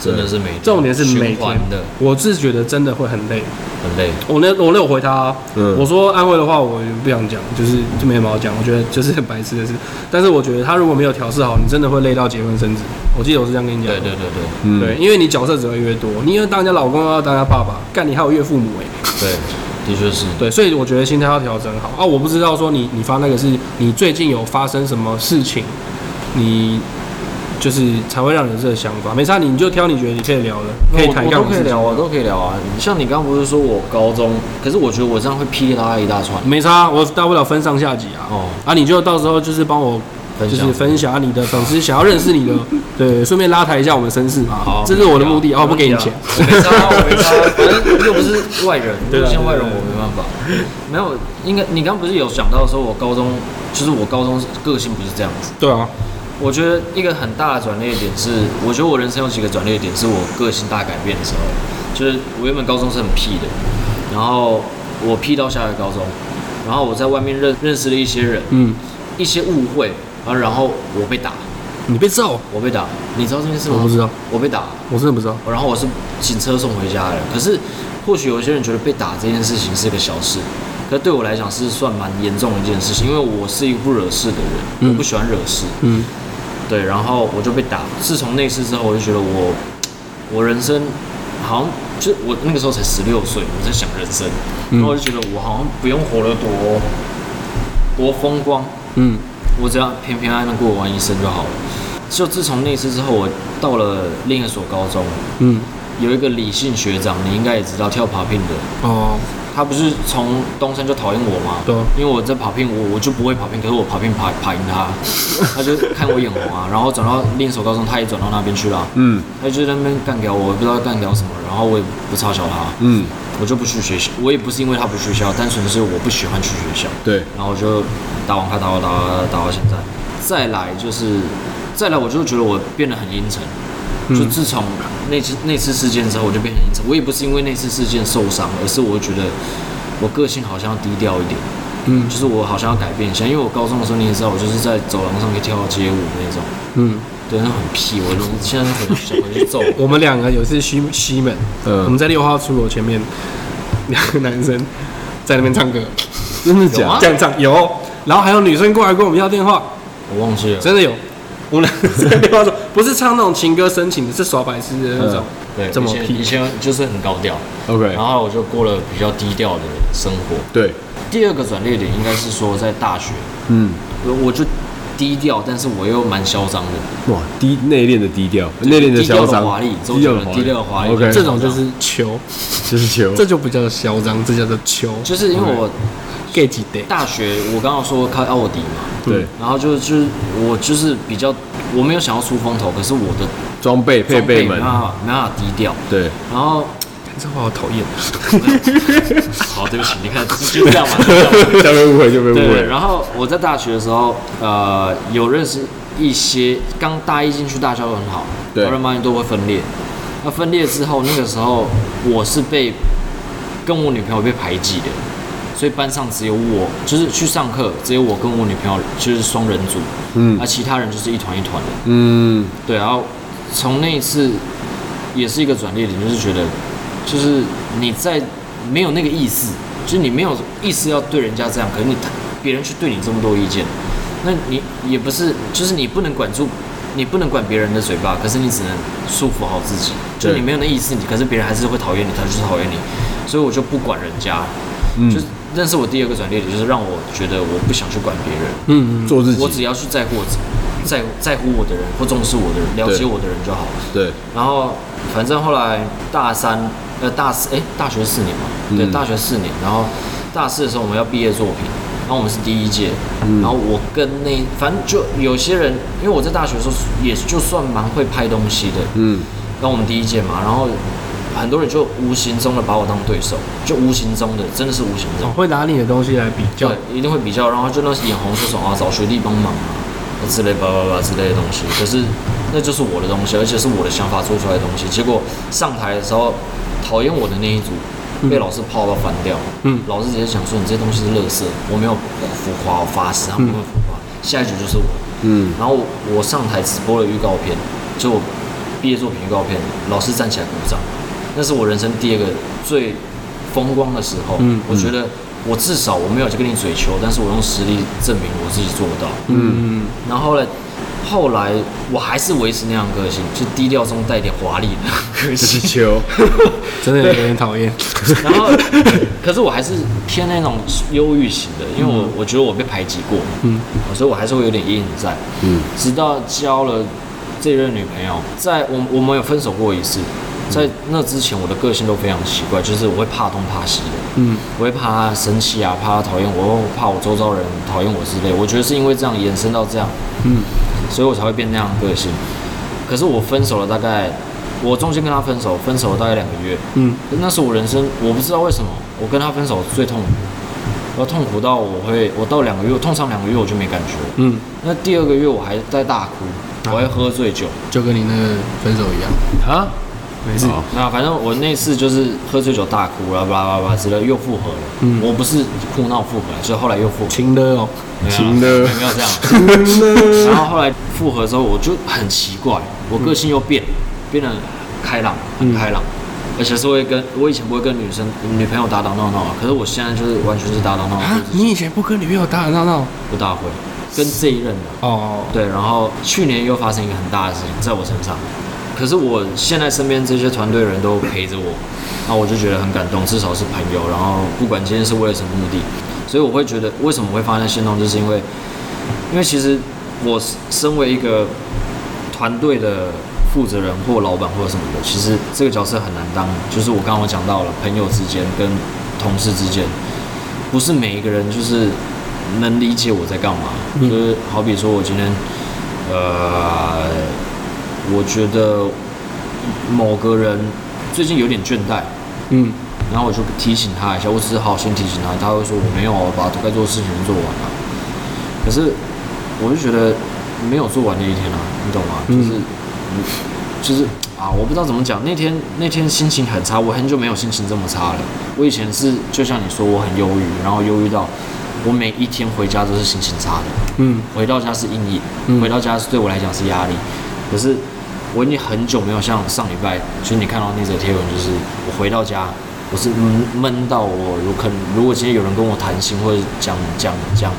Speaker 2: 真的是每天
Speaker 1: 重点是每
Speaker 2: 循环
Speaker 1: 天
Speaker 2: 的，
Speaker 1: 我是觉得真的会很累。
Speaker 2: 很累。
Speaker 1: 我哦那我那有回他、啊，
Speaker 3: 嗯
Speaker 1: 我说安慰的话我也不想讲，就是就没什么好讲，我觉得就是很白痴的事。但是我觉得他如果没有调试好，你真的会累到结婚生子。我记得我是这样跟你讲
Speaker 2: 对
Speaker 1: 的，
Speaker 2: 对对对
Speaker 3: 嗯，
Speaker 1: 对，因为你角色只会越多，你又当人家老公，又要当人家爸爸，干你还有岳父母哎、
Speaker 2: 对，的确是。
Speaker 1: 对，所以我觉得心态要调整好啊。我不知道说你你发那个是你最近有发生什么事情，你就是才会让你有这个想法。没差，你就挑你觉得你可以聊的，可以谈
Speaker 2: 我
Speaker 1: 干
Speaker 2: 都
Speaker 1: 嘛
Speaker 2: 可以聊啊，都可以聊啊。像你刚刚不是说我高中，可是我觉得我这样会噼里啪啦一大串。
Speaker 1: 没差，啊我大不了分上下集啊。
Speaker 2: 哦，
Speaker 1: 啊，你就到时候就是帮我
Speaker 2: 分
Speaker 1: 就
Speaker 2: 享
Speaker 1: 是分享啊你的粉丝想要认识你
Speaker 2: [laughs]
Speaker 1: 的，对，顺便拉抬一下我们身世嘛。
Speaker 2: 好
Speaker 1: 这是我的目的哦，不给你钱。
Speaker 2: 啊我没差，我没差， [laughs] 反正又不是外人，
Speaker 1: 对
Speaker 2: 又
Speaker 1: 啊
Speaker 2: 不像外人，
Speaker 1: 对啊
Speaker 2: 我没办法。没有，应该你刚刚不是有讲到说，我高中就是我高中个性不是这样子。
Speaker 1: 对啊，
Speaker 2: 我觉得一个很大的转捩点是，我觉得我人生有几个转捩点是我个性大改变的时候，就是我原本高中是很屁的，然后我屁到下一个高中，然后我在外面认认识了一些人，
Speaker 1: 嗯，
Speaker 2: 一些误会，然后然后我被打，
Speaker 1: 你被揍，
Speaker 2: 我被打，你知道这件事吗？
Speaker 1: 我不知道，
Speaker 2: 我被打，
Speaker 1: 我真的不知道。
Speaker 2: 然后我是警车送回家的。可是或许有些人觉得被打这件事情是个小事，可对我来讲是算蛮严重的一件事情，因为我是一个不惹事的人，
Speaker 1: 嗯
Speaker 2: 我不喜欢惹事。
Speaker 1: 嗯，
Speaker 2: 对，然后我就被打。自从那次之后，我就觉得我我人生好像就是我那个时候才十六岁，我在想人生，
Speaker 1: 嗯
Speaker 2: 然后我就觉得我好像不用活得多多风光，
Speaker 1: 嗯，
Speaker 2: 我只要平平安安地过完一生就好了。就自从那次之后，我到了另一所高中，
Speaker 1: 嗯，
Speaker 2: 有一个理性学长，你应该也知道跳 popping 的，
Speaker 1: 哦，
Speaker 2: 他不是从东山就讨厌我吗？
Speaker 1: 对啊
Speaker 2: 因为我在跑片，我我就不会跑片，可是我跑片爬爬赢他， [laughs] 他就看我眼红啊，然后转到另一所高中，他也转到那边去了，
Speaker 3: 嗯
Speaker 2: 他就在那边干掉我，我也不知道干掉什么，然后我也不嘲笑他，
Speaker 3: 嗯，
Speaker 2: 我就不去学校，我也不是因为他不去学校，单纯是我不喜欢去学校，
Speaker 3: 对，
Speaker 2: 然后我就打网咖打到打到打到现在，再来就是再来，我就觉得我变得很阴沉。
Speaker 1: 嗯
Speaker 2: 就自从那次那次事件之后，我就变很阴沉。我也不是因为那次事件受伤，而是我觉得我个性好像要低调一点，
Speaker 1: 嗯
Speaker 2: 就是我好像要改变一下。因为我高中的时候，你也知道，我就是在走廊上可以跳街舞那种，
Speaker 1: 嗯，
Speaker 2: 对，那种很屁。我我现在很想回去揍我。
Speaker 1: 我们两个有一次西西门，我们
Speaker 3: 嗯，
Speaker 1: 在六号出口前面，两个男生在那边唱歌，
Speaker 3: 真的
Speaker 2: 有
Speaker 3: 假
Speaker 2: 啊
Speaker 3: 的？
Speaker 1: 这样唱有，然后还有女生过来跟我们要电话，
Speaker 2: 我忘记了，
Speaker 1: 真的有。我们两个在电 [laughs] 话中不是唱那种情歌深情的，是耍白痴的那种。
Speaker 2: 对，
Speaker 1: 这么
Speaker 2: 以前
Speaker 1: 屁
Speaker 2: 以前就是很高调，
Speaker 3: ？OK，
Speaker 2: 然后我就过了比较低调的生活。
Speaker 3: 啊对，
Speaker 2: 第二个转捩点应该是说在大学，
Speaker 3: 嗯，
Speaker 2: 我我就低调，但是我又蛮嚣张的，
Speaker 3: 哇，低内敛的低调，内敛
Speaker 2: 低调
Speaker 3: 嚣
Speaker 2: 的
Speaker 3: 张，
Speaker 2: 华丽，周
Speaker 3: 低
Speaker 2: 杰
Speaker 3: 调
Speaker 2: 伦低调的华丽
Speaker 3: OK，
Speaker 1: 这种就是球，
Speaker 3: 就是球，
Speaker 1: 这就不叫嚣张，这叫做球。
Speaker 2: 就是因为我
Speaker 1: gay 几 day，
Speaker 2: 大学我刚刚有说开奥迪嘛，
Speaker 3: 对，
Speaker 2: 然后就就是我就是比较我没有想要出风头，可是我的
Speaker 3: 装备配
Speaker 2: 装啊
Speaker 3: 备
Speaker 2: 没
Speaker 3: 们
Speaker 2: 办，法没办法低调， [laughs]
Speaker 3: 对，
Speaker 2: 然后
Speaker 1: 这话好讨厌。啊
Speaker 2: 好对不起，你看就这样嘛，就这样嘛
Speaker 3: 这样被误会就被误
Speaker 2: 对，
Speaker 3: 会了，
Speaker 2: 然后我在大学的时候，呃，有认识一些刚大一进去，大家都很好，
Speaker 3: 对
Speaker 2: 人班都会分裂。那分裂之后，那个时候我是被跟我女朋友被排挤的，所以班上只有我，就是去上课只有我跟我女朋友就是双人组，
Speaker 3: 嗯
Speaker 2: 那其他人就是一团一团的。
Speaker 3: 嗯，
Speaker 2: 对，然后从那一次也是一个转捩点，就是觉得，就是你在没有那个意思，就是你没有意思要对人家这样，可是你别人去对你这么多意见，那你也不是，就是你不能管住，你不能管别人的嘴巴，可是你只能束缚好自己，就
Speaker 3: 对
Speaker 2: 你没有那意思，你可是别人还是会讨厌你，他就是讨厌你，所以我就不管人家，
Speaker 3: 嗯
Speaker 2: 就是那是我第二个转捩点，就是让我觉得我不想去管别人。
Speaker 1: 嗯，
Speaker 3: 做自
Speaker 2: 我只
Speaker 3: 己，
Speaker 2: 要去在乎我自在乎在乎我的人或重视我的人，了解
Speaker 3: 对
Speaker 2: 我的人就好。
Speaker 3: 对，
Speaker 2: 然后反正后来大三呃大四哎、大学四年嘛，对，
Speaker 3: 嗯
Speaker 2: 大学四年，然后大四的时候我们要毕业作品。然后我们是第一届，
Speaker 3: 嗯
Speaker 2: 然后我跟那反正就有些人，因为我在大学的时候也就算蛮会拍东西的，
Speaker 3: 嗯，
Speaker 2: 然后我们第一届嘛，然后很多人就无形中的把我当对手，就无形中的真的是无形中
Speaker 1: 我，哦会拿你的东西来比较
Speaker 2: 对。，一定会比较，然后就那眼红说什么啊，找学弟帮忙啊之类，叭叭叭之类的东西。可是那就是我的东西，而且是我的想法做出来的东西。结果上台的时候，讨厌我的那一组被老师泡到翻掉，
Speaker 1: 嗯
Speaker 2: 老师直接讲说你这些东西是垃圾，我没有浮夸，我发誓他们不会浮夸。下一组就是我，
Speaker 3: 嗯，
Speaker 2: 然后我我上台直播了预告片，就我毕业作品预告片，老师站起来鼓掌，那是我人生第二个最风光的时候。
Speaker 1: 嗯
Speaker 2: 我觉得我至少我没有去跟你嘴求，但是我用实力证明我自己做得到。
Speaker 1: 嗯，
Speaker 2: 然后后来，后来我还是维持那样的个性，就低调中带一点华丽的个
Speaker 3: 气
Speaker 2: 性。
Speaker 3: 球，
Speaker 1: 真的有点讨厌。
Speaker 2: [laughs] 然后，可是我还是偏那种忧郁型的，因为我我觉得我被排挤过，
Speaker 1: 嗯，
Speaker 2: 所以我还是会有点阴影在。
Speaker 3: 嗯，
Speaker 2: 直到交了这任女朋友，在我我们有分手过一次，
Speaker 1: 嗯
Speaker 2: 在那之前我的个性都非常奇怪，就是我会怕东怕西的，
Speaker 1: 嗯
Speaker 2: 我会怕她生气啊，怕她讨厌我，或怕我周遭人讨厌我之类。我觉得是因为这样延伸到这样，
Speaker 1: 嗯
Speaker 2: 所以我才会变那样的个性。可是我分手了大概，我中间跟她分手，分手了大概两个月，
Speaker 1: 嗯
Speaker 2: 那是我人生，我不知道为什么，我跟他分手最痛苦，我痛苦到我会，我到两个月，痛上两个月我就没感觉了。
Speaker 1: 嗯，
Speaker 2: 那第二个月我还在大哭，我还喝醉酒。
Speaker 1: 就跟你那个分手一样，哦
Speaker 3: 啊，
Speaker 1: 没事。
Speaker 3: 好
Speaker 2: 那反正我那次就是喝醉酒大哭，然后巴拉巴拉之类，又复合了。
Speaker 1: 嗯
Speaker 2: 我不是哭闹复合，所以后来又复合。
Speaker 1: 情的哦，
Speaker 2: 没有啊
Speaker 3: 情的
Speaker 2: 没有这样。然后后来复合之后，我就很奇怪，我个性又变，变得开朗，很开朗，
Speaker 3: 嗯
Speaker 2: 而且是会跟我以前不会跟女生女朋友打打闹闹，可是我现在就是完全是打打闹闹，
Speaker 1: 啊，
Speaker 2: 就是
Speaker 1: 你以前不跟女朋友打打闹闹
Speaker 2: 不大会跟这一任的。
Speaker 1: 哦，
Speaker 2: 对，然后去年又发生一个很大的事情在我身上，可是我现在身边这些团队人都陪着我，那我就觉得很感动，至少是朋友。然后不管今天是为了什么目的，所以我会觉得为什么会发生心动，就是因为，因为其实我身为一个团队的负责人或老板或者什么的，其实这个角色很难当。就是我刚刚有讲到了，朋友之间跟同事之间，不是每一个人就是能理解我在干嘛。
Speaker 1: 嗯
Speaker 2: 就是好比说我今天，呃，我觉得某个人最近有点倦怠，
Speaker 1: 嗯
Speaker 2: 然后我就提醒他一下，我只是好心提醒他，他会说我没有啊，我把该做的事情都做完了、可是我就觉得没有做完那一天啊，你懂吗？就是，嗯就是啊，我不知道怎么讲。那天那天心情很差，我很久没有心情这么差了。我以前是就像你说，我很忧郁，然后忧郁到我每一天回家都是心情差的。
Speaker 1: 嗯
Speaker 2: 回到家是阴
Speaker 1: 嗯
Speaker 2: 影，回到家是对我来讲是压力。可是我已经很久没有像上礼拜，就是你看到那则贴文，就是我回到家，我是闷闷到我，如可能如果今天有人跟我谈心或者讲讲讲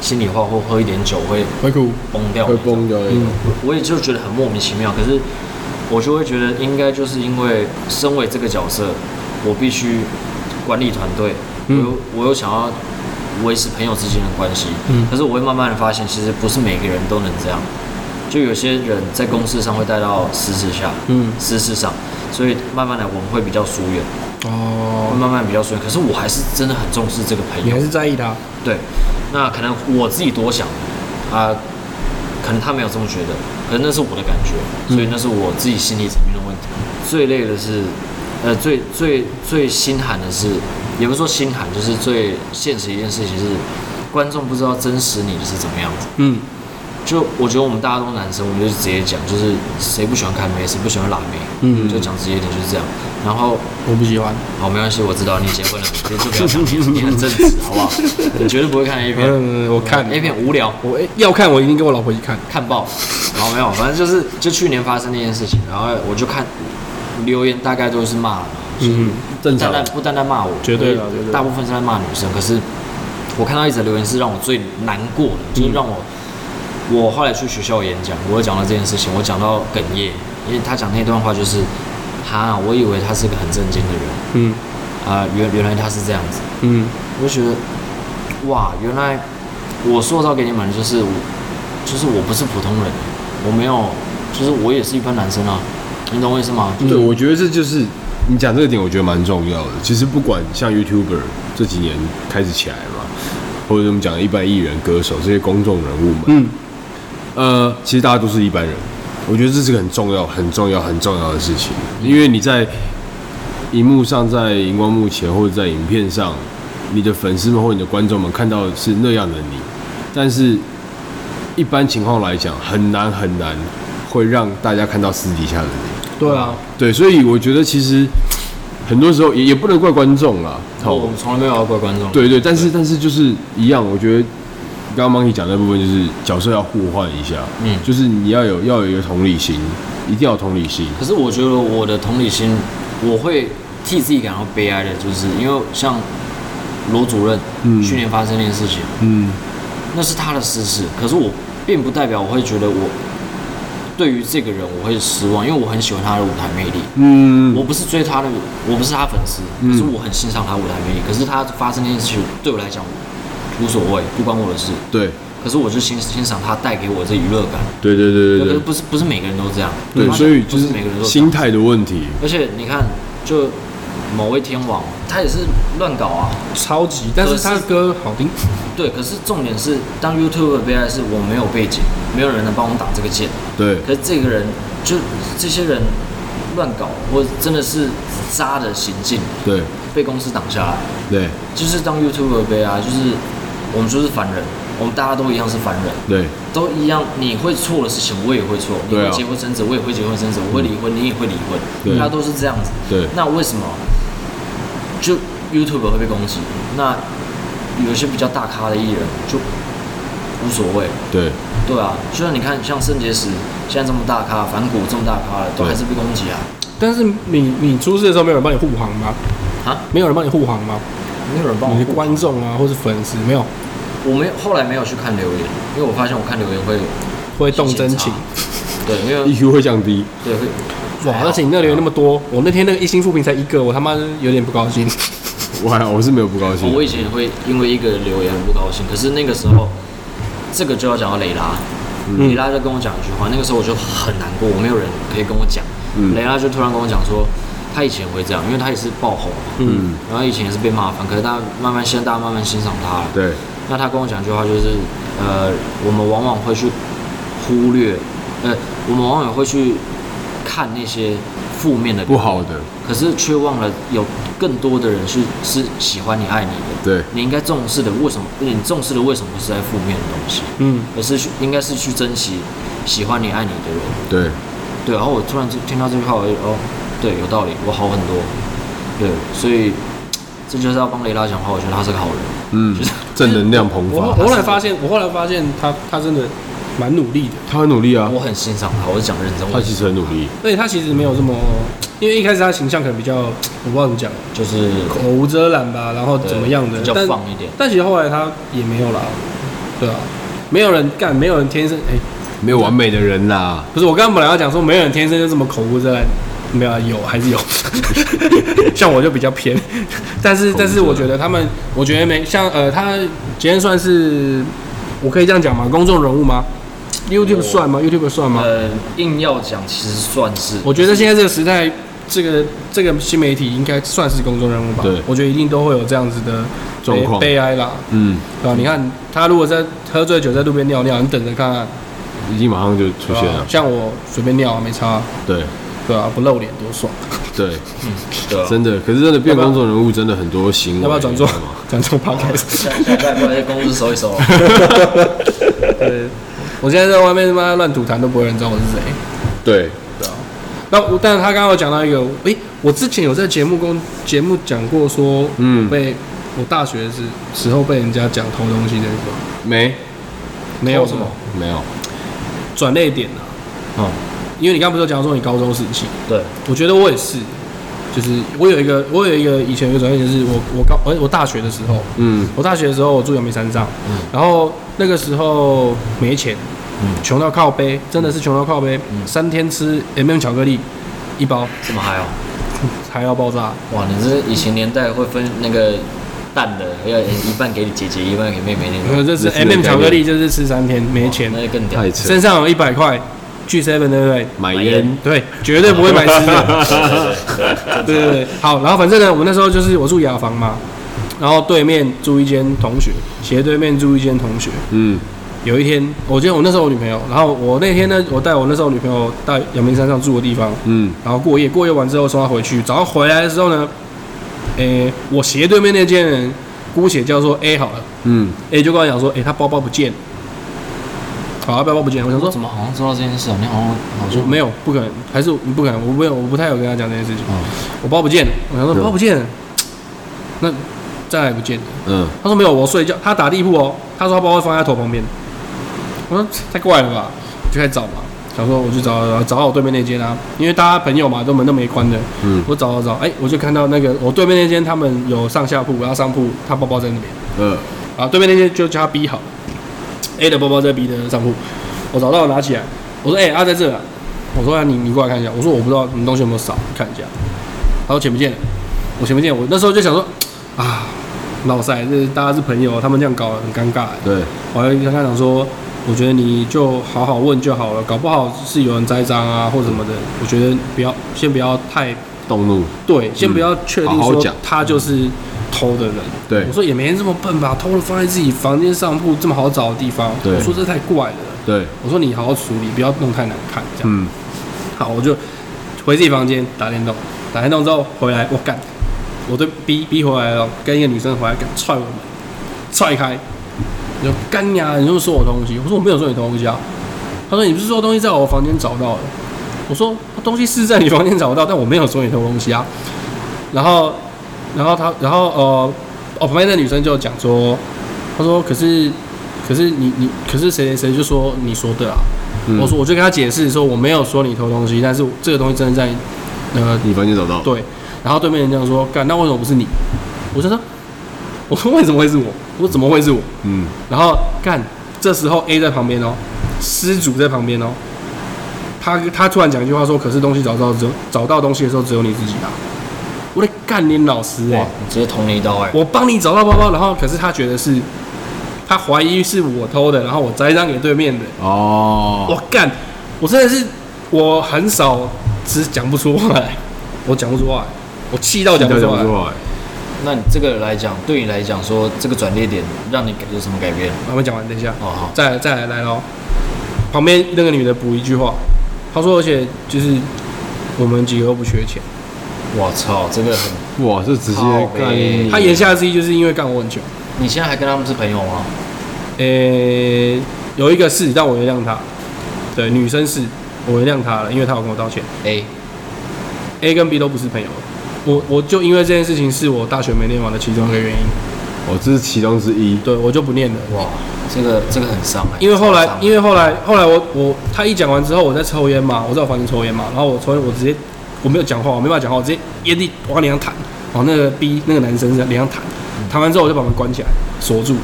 Speaker 2: 心里话或喝一点酒会
Speaker 1: 会哭，
Speaker 2: 崩掉，
Speaker 3: 会崩。掉那种
Speaker 1: 嗯，
Speaker 2: 我也就觉得很莫名其妙，可是我就会觉得应该就是因为身为这个角色，我必须管理团队，我
Speaker 1: 嗯
Speaker 2: 又我又想要维持朋友之间的关系，
Speaker 1: 嗯
Speaker 2: 可是我会慢慢的发现，其实不是每个人都能这样，就有些人在公事上会带到私事下，
Speaker 1: 嗯
Speaker 2: 私事上，所以慢慢的我们会比较疏远，会
Speaker 1: 哦，
Speaker 2: 慢慢地比较疏远，可是我还是真的很重视这个朋
Speaker 1: 你
Speaker 2: 友
Speaker 1: 还，是在意他，
Speaker 2: 对，那可能我自己多想啊、可能他没有这么觉得，可能那是我的感觉，
Speaker 1: 嗯
Speaker 2: 所以那是我自己心理层面的问题。最累的是，呃，最最最心寒的是，也不是说心寒，就是最现实一件事情是，观众不知道真实你是怎么样子。
Speaker 1: 嗯
Speaker 2: 就我觉得我们大家都男生，我们就直接讲，就是谁不喜欢看妹，谁不喜欢辣妹，
Speaker 1: 嗯
Speaker 2: 就讲直接一点就是这样。然后
Speaker 1: 我不喜欢，
Speaker 2: 好，没关系，我知道你结婚了，你就不要讲，
Speaker 1: [laughs]
Speaker 2: 你你很正直，好不好？你绝对不会看 A 片。
Speaker 1: 嗯，我 [laughs] 看
Speaker 2: A 片无聊，
Speaker 1: 我欸要看，我一定跟我老婆一起看。
Speaker 2: 看爆，然后没有，反正就是就去年发生那件事情，然后我就看留言，大概都是骂，
Speaker 1: 嗯，
Speaker 3: 正
Speaker 2: 单
Speaker 3: 常
Speaker 2: 单不单单骂我，
Speaker 1: 绝对的
Speaker 2: 因为
Speaker 1: 绝对的
Speaker 2: 大部分是在骂女生，可是我看到一则留言是让我最难过
Speaker 1: 嗯
Speaker 2: 的，就是让我、我后来去学校演讲，我有讲到这件事情，我讲到哽咽，因为他讲那段话就是，哈，我以为他是个很正经的人，
Speaker 1: 嗯
Speaker 2: 啊、原原来他是这样子，
Speaker 1: 嗯
Speaker 2: 我就觉得，哇，原来我塑造给你们的就是我，就是我不是普通人，我没有，就是我也是一般男生啊，你懂我意思吗？
Speaker 1: 嗯
Speaker 3: 对，我觉得这就是你讲这个点，我觉得蛮重要的。其实不管像 YouTuber 这几年开始起来嘛，或者我们讲的一般艺人、歌手这些公众人物们，
Speaker 1: 嗯，
Speaker 3: 呃，其实大家都是一般人，我觉得这是个很重要、很重要、很重要的事情，因为你在荧幕上、在荧光幕前或者在影片上，你的粉丝们或你的观众们看到的是那样的你，但是一般情况来讲，很难很难会让大家看到私底下的你。
Speaker 1: 对啊，
Speaker 3: 对，所以我觉得其实很多时候也也不能怪观众啦。
Speaker 2: 哦我们从来没有要怪观众，
Speaker 3: 对对，但是但是就是一样，我觉得刚刚 Monkey 讲那部分就是角色要互换一下，
Speaker 2: 嗯
Speaker 3: 就是你要有要有一个同理心，一定要有同理心，
Speaker 2: 可是我觉得我的同理心，我会替自己感到悲哀的，就是因为像罗主任、
Speaker 3: 嗯
Speaker 2: 去年发生那件事情，
Speaker 3: 嗯，
Speaker 2: 那是他的私事，可是我并不代表我会觉得我对于这个人我会失望，因为我很喜欢他的舞台魅力。
Speaker 3: 嗯
Speaker 2: 我不是追他的，我不是他粉丝，可是我很欣赏他舞台魅力。可是他发生那件事情对我来讲无所谓，不关我的事。
Speaker 3: 对
Speaker 2: 可是我就欣欣赏他带给我这娱乐感。
Speaker 3: 对对对
Speaker 2: 可
Speaker 3: 对
Speaker 2: 是不是不是每个人都这样，
Speaker 3: 对对，
Speaker 2: 发现
Speaker 3: 所以就
Speaker 2: 不
Speaker 3: 是
Speaker 2: 是每个人都这样
Speaker 3: 心态的问题，
Speaker 2: 而且你看，就某位天王，他也是乱搞啊。
Speaker 1: 超级，但是他的歌好听，
Speaker 2: 对，可是重点是，当 YouTube 的悲哀是我没有背景，没有人能帮我打这个键。
Speaker 3: 对
Speaker 2: 可是这个人，就这些人乱搞，或者真的是渣的行径，
Speaker 3: 对
Speaker 2: 被公司挡下来，
Speaker 3: 对
Speaker 2: 就是当 YouTube 的悲哀，就是我们就是凡人，我们大家都一样是凡人。
Speaker 3: 对
Speaker 2: 都一样，你会错的事情我也会错，你
Speaker 3: 对啊
Speaker 2: 会结婚生子我也会结婚生子，我会离婚你也会离
Speaker 3: 对
Speaker 2: 婚，大家都是这样子。
Speaker 3: 对
Speaker 2: 那为什么就 YouTube 会被攻击？那有一些比较大咖的艺人就无所谓，
Speaker 3: 对
Speaker 2: 对啊。就像你看，像肾结石现在这么大咖，反骨这么大咖了，都
Speaker 3: 对
Speaker 2: 还是被攻击啊
Speaker 1: 但是你你出事的时候没有人帮你护航吗？
Speaker 2: 啊！
Speaker 1: 没有人帮你护航吗？
Speaker 2: 没有人帮
Speaker 1: 你
Speaker 2: 我
Speaker 1: 的
Speaker 2: 护，
Speaker 1: 观众啊，或是粉丝没有，
Speaker 2: 我没有后来没有去看留言，因为我发现我看留言会
Speaker 1: 会动真情。
Speaker 2: 对，因
Speaker 1: [laughs]
Speaker 2: 为
Speaker 3: ，EQ E 会降低，
Speaker 2: 对会
Speaker 1: 哇，而且你那留言那么多，我那天那个一星复评才一个，我他妈有点不高兴。
Speaker 3: 我还好我是没有不高兴
Speaker 2: 哦，我以前也会因为一个留言不高兴，可是那个时候，这个就要讲到雷拉，
Speaker 1: 嗯
Speaker 2: 雷拉就跟我讲一句话，那个时候我就很难过，我没有人可以跟我讲，
Speaker 3: 嗯
Speaker 2: 雷拉就突然跟我讲说，他以前也会这样，因为他也是爆红，
Speaker 1: 嗯，
Speaker 2: 然后以前也是被骂翻，可是他慢慢现在大家慢慢欣赏他了，
Speaker 3: 对
Speaker 2: 那他跟我讲一句话就是，呃，我们往往会去忽略，呃，我们往往会去看那些负面的，
Speaker 3: 不好的，
Speaker 2: 可是却忘了有更多的人是是喜欢你、爱你的。
Speaker 3: 对
Speaker 2: 你应该重视的为什么？你重视的为什么不是在负面的东西，
Speaker 1: 嗯，
Speaker 2: 而是去应该是去珍惜喜欢你、爱你的人。
Speaker 3: 对
Speaker 2: 对，然后我突然就听到这句话，我就哦，对，有道理，我好很多。对，所以这就是要帮雷拉讲话，我觉得他是个好人。
Speaker 3: 嗯
Speaker 2: 就是，
Speaker 3: 正能量蓬
Speaker 1: [laughs] 我
Speaker 3: 发，
Speaker 1: 我后来发现，我后来发现他他真的蛮努力的，
Speaker 3: 他很努力啊
Speaker 2: 我，很欣赏他，我是讲认真，
Speaker 3: 他其实很努力，
Speaker 1: 而且他其实没有这么，因为一开始他形象可能比较，我不知道怎么讲，
Speaker 2: 就是
Speaker 1: 口无遮拦吧，然后
Speaker 2: 对
Speaker 1: 怎么样的
Speaker 2: 比，较
Speaker 1: 但
Speaker 2: 放一点。
Speaker 1: 但其实后来他也没有啦，对啊，没有人干，没有人天生，哎、
Speaker 3: 没有完美的人啦，
Speaker 1: 不是，我刚刚本来要讲说，没有人天生就这么口无遮拦，没有啊，有还是有， [laughs] 像我就比较偏， [laughs] 但是但是我觉得他们，我觉得没像呃，他今天算是，我可以这样讲吗？公众人物吗？YouTube 算吗？YouTube 算吗？
Speaker 2: 呃，硬要讲，其实算是。
Speaker 1: 我觉得现在这个时代，这个这个新媒体应该算是公众人物吧？
Speaker 3: 对
Speaker 1: 我觉得一定都会有这样子的
Speaker 3: 状况
Speaker 1: 悲悲哀啦，
Speaker 3: 嗯，
Speaker 1: 对吧、你看他如果在喝醉酒在路边尿尿，你等着看看，
Speaker 3: 已经马上就出
Speaker 1: 对吧
Speaker 3: 现了，
Speaker 1: 像我随便尿啊没差，
Speaker 3: 对
Speaker 1: 对吧、不露脸多爽。 [laughs]
Speaker 3: 对，
Speaker 2: 对啊
Speaker 3: 真的，可是真的变公众人物真的很多行为，
Speaker 1: 要不要转做
Speaker 3: 你知道吗
Speaker 1: 转做 podcast？
Speaker 2: 下下拜拜，公司收一啊收。
Speaker 1: 对，我现在在外面他妈乱吐痰都不会有人知道我是谁。
Speaker 3: 对，
Speaker 1: 那我但是他刚刚有讲到一个，诶、我之前有在节目公节目讲过说，
Speaker 3: 嗯，
Speaker 1: 被我大学时时候被人家讲偷东西那个，
Speaker 3: 没
Speaker 1: 没有什么
Speaker 3: 没有，
Speaker 1: 转泪点啊。
Speaker 2: 嗯，
Speaker 1: 因为你刚不是有讲说你高中时期，
Speaker 2: 对，
Speaker 1: 我觉得我也是，就是我有一个我有一个以前有一个转捩点，就是我我高我我大学的时候，
Speaker 3: 嗯
Speaker 1: 我大学的时候我住阳明山上，
Speaker 2: 嗯
Speaker 1: 然后那个时候没钱，
Speaker 2: 嗯
Speaker 1: 穷到靠背，真的是穷到靠背，
Speaker 2: 嗯
Speaker 1: 三天吃 MM 巧克力一包
Speaker 2: 这么嗨哦。
Speaker 1: 还要爆炸，
Speaker 2: 哇，你这以前年代会分那个蛋的，要一半给你姐姐，一半给妹妹那种，哦
Speaker 1: 这是
Speaker 3: 这是人
Speaker 1: MM
Speaker 3: 家
Speaker 1: 巧克力就是吃三天没钱，
Speaker 2: 那就更屌
Speaker 3: 太。扯，
Speaker 1: 身上有一百块，去 seven 对不对？
Speaker 2: 买
Speaker 3: 买烟
Speaker 2: 烟，
Speaker 1: 对，绝对不会买吃的。
Speaker 3: [laughs]
Speaker 2: 对
Speaker 1: 对对对，好，然后反正呢，我那时候就是我住雅房嘛，然后对面住一间同学，斜对面住一间同学。
Speaker 3: 嗯
Speaker 1: 有一天，我记得我那时候我女朋友，然后我那天呢，我带我那时候女朋友到阳明山上住的地方，
Speaker 3: 嗯
Speaker 1: 然后过夜，过夜完之后送她回去。早上回来的时候呢，诶、我斜对面那间人，姑且叫做 A 好了
Speaker 3: 嗯，
Speaker 1: ，A 就跟我讲说，诶、他包包不见了，好，他包包不见了。我想
Speaker 2: 我
Speaker 1: 说
Speaker 2: 怎么好像知道这件事啊？你好像好
Speaker 1: 我
Speaker 2: 像
Speaker 1: 没有，不可能，还是不可能，我不，我不太有跟他讲这件事情。
Speaker 2: 嗯
Speaker 1: 我包不见了，我想说
Speaker 3: 对
Speaker 1: 包不见了，那再来也不见了。
Speaker 3: 嗯，
Speaker 1: 他说没有，我睡觉，他打地铺哦，他说他把我放在他头旁边，我说太怪了吧，就开始找嘛，想说我去找找找到我对面那间啊，因为大家朋友嘛，都门都没关的，
Speaker 3: 嗯
Speaker 1: 我找找找，哎、我就看到那个我对面那间他们有上下铺，然后上铺他包包在那边，
Speaker 3: 呃，
Speaker 1: 啊，对面那些就叫他 B 好，A 的包包在 B 的上铺，我找到了拿起来，我说哎、啊在这啊，我说、啊、你你过来看一下，我说我不知道你东西有没有少，看一下，他说钱不见了，我钱不见了，我那时候就想说啊，老塞，这大家是朋友，他们这样搞很尴尬，欸
Speaker 3: 对，
Speaker 1: 我还跟他讲说，我觉得你就好好问就好了，搞不好是有人栽赃啊或什么的，我觉得不要先不要太
Speaker 3: 动怒，
Speaker 1: 对，先不要确定
Speaker 3: 好好
Speaker 1: 说
Speaker 3: 讲
Speaker 1: 他就是偷的人。
Speaker 3: 对
Speaker 1: 我说也没这么笨吧，偷了放在自己房间上铺这么好找的地方，
Speaker 3: 对
Speaker 1: 我说这太怪了。
Speaker 3: 对，
Speaker 1: 我说你好好处理，不要弄太难看这样。
Speaker 3: 嗯，
Speaker 1: 好，我就回自己房间打电动，打电动之后回来，我干，我对 B B 回来了，跟一个女生回来，干踹我门，踹开，我就干呀，你又说我东西，我说我没有说你东西啊，他说你不是说东西在我房间找到的，我说东西是在你房间找到，但我没有说你偷东西啊，然后，然后他，然后呃，哦，旁边那女生就讲说，她说可是。可是你你可是谁谁谁就说你说的啊，
Speaker 3: 嗯
Speaker 1: 我说我就跟他解释说我没有说你偷东西，但是这个东西真的在呃
Speaker 3: 你房间找到，
Speaker 1: 对，然后对面人这样说，干那为什么不是你？我就说，我说为什么会是我？我说怎么会是我？
Speaker 3: 嗯，
Speaker 1: 然后干这时候 A 在旁边哦，失主在旁边哦，他他突然讲一句话说，可是东西找到只有找到东西的时候只有你自己拿。我的干你老师哎、
Speaker 2: 哇，你直接捅你一刀哎、
Speaker 1: 我帮你找到包包，然后可是他觉得是，他怀疑是我偷的，然后我栽赃给对面的。
Speaker 3: 哦，
Speaker 1: 我干，我真的是我很少只讲不出话来，我讲不出话来，我气到讲不出话来。
Speaker 3: 话，
Speaker 2: 那你这个来讲，对你来讲说这个转捩点让你有什么改变？
Speaker 1: 我们讲完，等一下，
Speaker 2: 哦好，
Speaker 1: 再来再来来喽。旁边那个女的补一句话，她说：“而且就是我们几个都不缺钱。
Speaker 2: 我操，这个很，
Speaker 3: 哇，这直接
Speaker 2: 靠
Speaker 3: 干
Speaker 2: 北嗯，
Speaker 1: 她言下之意就是因为干我很穷。
Speaker 2: 你现在还跟他们是朋友吗？
Speaker 1: 诶、有一个是，但我原谅她。对，女生是，我原谅她了，因为她有跟我道歉。
Speaker 2: 哎，
Speaker 1: A 跟 B 都不是朋友。我我就因为这件事情是我大学没念完的其中一个原因。
Speaker 3: 哦，这是其中之一，
Speaker 1: 对，我就不念了。
Speaker 2: 哇，这个这个很伤哎、
Speaker 1: 因为后来
Speaker 2: 超，伤
Speaker 1: 因为后来，后来我我他一讲完之后，我在抽烟嘛，我在我房间抽烟嘛，然后我抽烟，我直接我没有讲话，我没办法讲话，我直接烟蒂往脸上弹，往那个 B 那个男生身脸上弹，
Speaker 2: 嗯
Speaker 1: 弹完之后我就把门关起来锁住。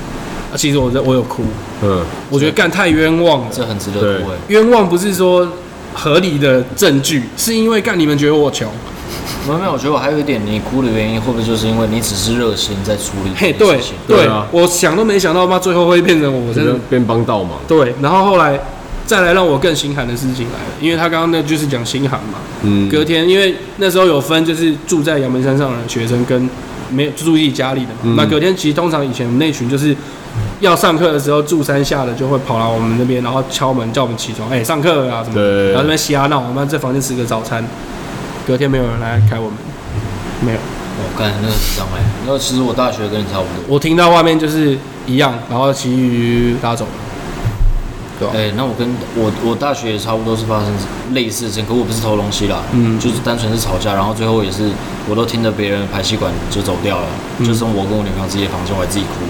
Speaker 1: 啊，其实我在我有哭，
Speaker 3: 嗯，
Speaker 1: 我觉得干太冤枉了，
Speaker 2: 这很值得哭哎、
Speaker 1: 冤枉不是说合理的证据，是因为干你们觉得我穷，
Speaker 2: 没有没有，我觉得我还有一点，你哭的原因会不会就是因为你只是热心在处理
Speaker 1: 嘿，
Speaker 2: 这件
Speaker 1: 对
Speaker 2: 事情？
Speaker 1: 对
Speaker 3: 对啊，
Speaker 1: 我想都没想到，妈最后会变成我
Speaker 3: 我
Speaker 1: 真
Speaker 3: 觉
Speaker 1: 的
Speaker 3: 得变帮倒忙，
Speaker 1: 对，然后后来再来让我更心寒的事情来了，因为他刚刚那就是讲心寒嘛，
Speaker 3: 嗯，
Speaker 1: 隔天，因为那时候有分，就是住在阳门山上的学生跟没有住自己家里的嘛。
Speaker 3: 嗯
Speaker 1: 那隔天其实通常以前我们那群就是要上课的时候住山下的，就会跑来我们那边，然后敲门叫我们起床，哎、上课了啊什么的，
Speaker 3: 对
Speaker 1: 然后那边瞎闹，我们在房间吃个早餐。隔天没有人来开我们，没有，
Speaker 2: 我哦干，那个很伤哎、那其实我大学跟你差不多。
Speaker 1: 我听到外面就是一样，然后其余打走了。对吧
Speaker 2: 哎、那我跟我我大学也差不多是发生类似的事情，可我不是偷东西啦，
Speaker 1: 嗯
Speaker 2: 就是单纯是吵架，然后最后也是我都听着别人的排气管就走掉了，
Speaker 1: 嗯
Speaker 2: 就剩我跟我女朋友自己的房间，我还自己哭，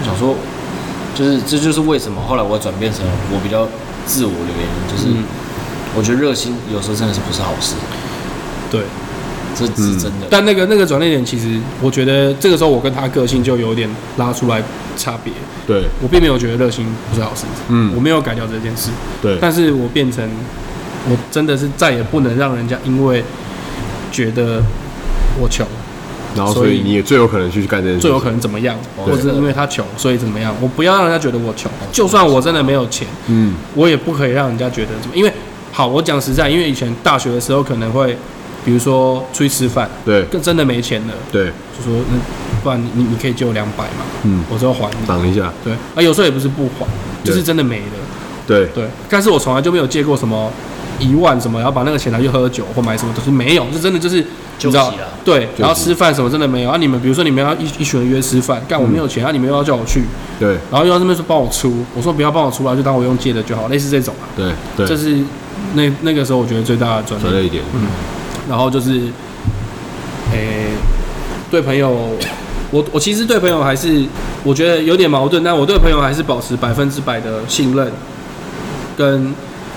Speaker 2: 我想说，就是这就是为什么后来我转变成我比较自我的原因，就是
Speaker 1: 嗯
Speaker 2: 我觉得热心有时候真的是不是好事，
Speaker 1: 对，
Speaker 2: 这是真的。
Speaker 1: 嗯但那个那个转捩点，其实我觉得这个时候我跟他个性就有点拉出来差别。
Speaker 3: 对，
Speaker 1: 我并没有觉得热心不是好事，我
Speaker 3: 嗯，
Speaker 1: 没有改掉这件事，
Speaker 3: 对，
Speaker 1: 但是我变成我真的是再也不能让人家因为觉得我穷，
Speaker 3: 然后
Speaker 1: 所
Speaker 3: 所
Speaker 1: 以
Speaker 3: 以你也最有可能去干这件事，
Speaker 1: 最有可能怎么样，
Speaker 2: 对
Speaker 3: 哦
Speaker 1: 或者是因为他穷所以怎么样，我不要让人家觉得我穷，就算我真的没有钱，
Speaker 3: 嗯，
Speaker 1: 我也不可以让人家觉得怎么，因为好，我讲实在，因为以前大学的时候可能会，比如说出去吃饭，
Speaker 3: 对，
Speaker 1: 更真的没钱了，
Speaker 3: 对，
Speaker 1: 就说那不然你你可以借我两百嘛，
Speaker 3: 嗯，
Speaker 1: 我就还你，
Speaker 3: 挡一下，
Speaker 1: 对，啊有时候也不是不还，就是
Speaker 3: 对
Speaker 1: 真的没了。
Speaker 3: 对，
Speaker 1: 对，但是我从来就没有借过什么一万什么，然后把那个钱拿去喝酒或买什么，都是没有，就真的就是
Speaker 2: 就啊
Speaker 1: 你知道
Speaker 2: 急啦，
Speaker 1: 对，然后
Speaker 3: 就急
Speaker 1: 吃饭什么真的没有。啊，你们比如说你们要一一群人约吃饭，干我没有钱，啊你们又要叫我去，
Speaker 3: 对，
Speaker 1: 然后又要这边说帮我出，我说不要帮我出啊，就当我用借的就好，类似这种啊，
Speaker 3: 对，对，
Speaker 1: 这是那那个时候我觉得最大的转
Speaker 3: 转
Speaker 1: 折，
Speaker 3: 了一点，
Speaker 1: 然后就是，诶、对朋友我我其实对朋友还是我觉得有点矛盾，但我对朋友还是保持百分之百的信任跟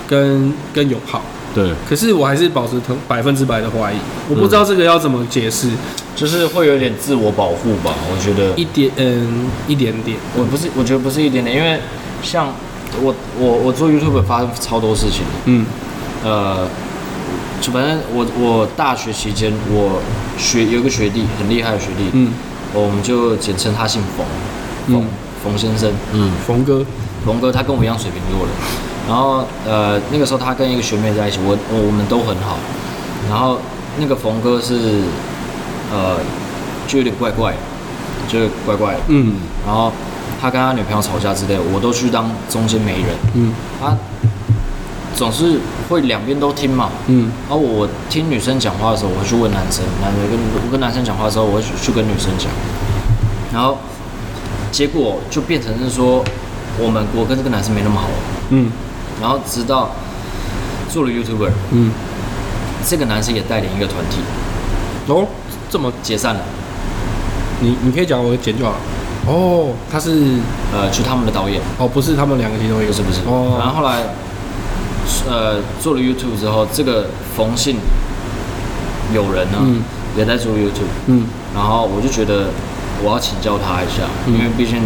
Speaker 1: 跟跟友好。
Speaker 3: 对，
Speaker 1: 可是我还是保持百分之百的怀疑，我不知道这个要怎么解释，
Speaker 2: 就是会有点自我保护吧，我觉得
Speaker 1: 一点嗯一点点，
Speaker 2: 我不是，我觉得不是一点点，因为像我我我做 YouTube 发生超多事情，
Speaker 1: 嗯
Speaker 2: 呃，就反正我我大学期间，我学有一个学弟很厉害的学弟，
Speaker 1: 嗯，
Speaker 2: 我们就简称他姓冯，
Speaker 1: 嗯
Speaker 2: 冯冯先生，嗯，
Speaker 1: 冯哥，
Speaker 2: 冯哥他跟我一样水瓶座的，然后呃那个时候他跟一个学妹在一起，我我我们都很好，然后那个冯哥是呃就有点怪怪的，就是怪怪的，
Speaker 1: 嗯
Speaker 2: 然后他跟他女朋友吵架之类的，我都去当中间媒人，
Speaker 1: 嗯
Speaker 2: 他总是会两边都听嘛，
Speaker 1: 嗯
Speaker 2: 然后我听女生讲话的时候，我会去问男生，男生跟我跟男生讲话的时候，我会去去跟女生讲，然后结果就变成是说，我们我跟这个男生没那么好，
Speaker 1: 嗯
Speaker 2: 然后直到做了 YouTuber，
Speaker 1: 嗯，
Speaker 2: 这个男生也带领一个团体
Speaker 1: 哦，这么
Speaker 2: 解散了，
Speaker 1: 你你可以讲我剪就好了。哦，他是
Speaker 2: 呃，去他们的导演，
Speaker 1: 哦，不是他们两个其中一
Speaker 2: 不
Speaker 1: 个
Speaker 2: 是不是，
Speaker 1: 哦，
Speaker 2: 然后后来呃做了 YouTube 之后，这个冯姓友人呢、
Speaker 1: 嗯
Speaker 2: 也在做 YouTube。
Speaker 1: 嗯
Speaker 2: 然后我就觉得我要请教他一下，
Speaker 1: 嗯
Speaker 2: 因为毕竟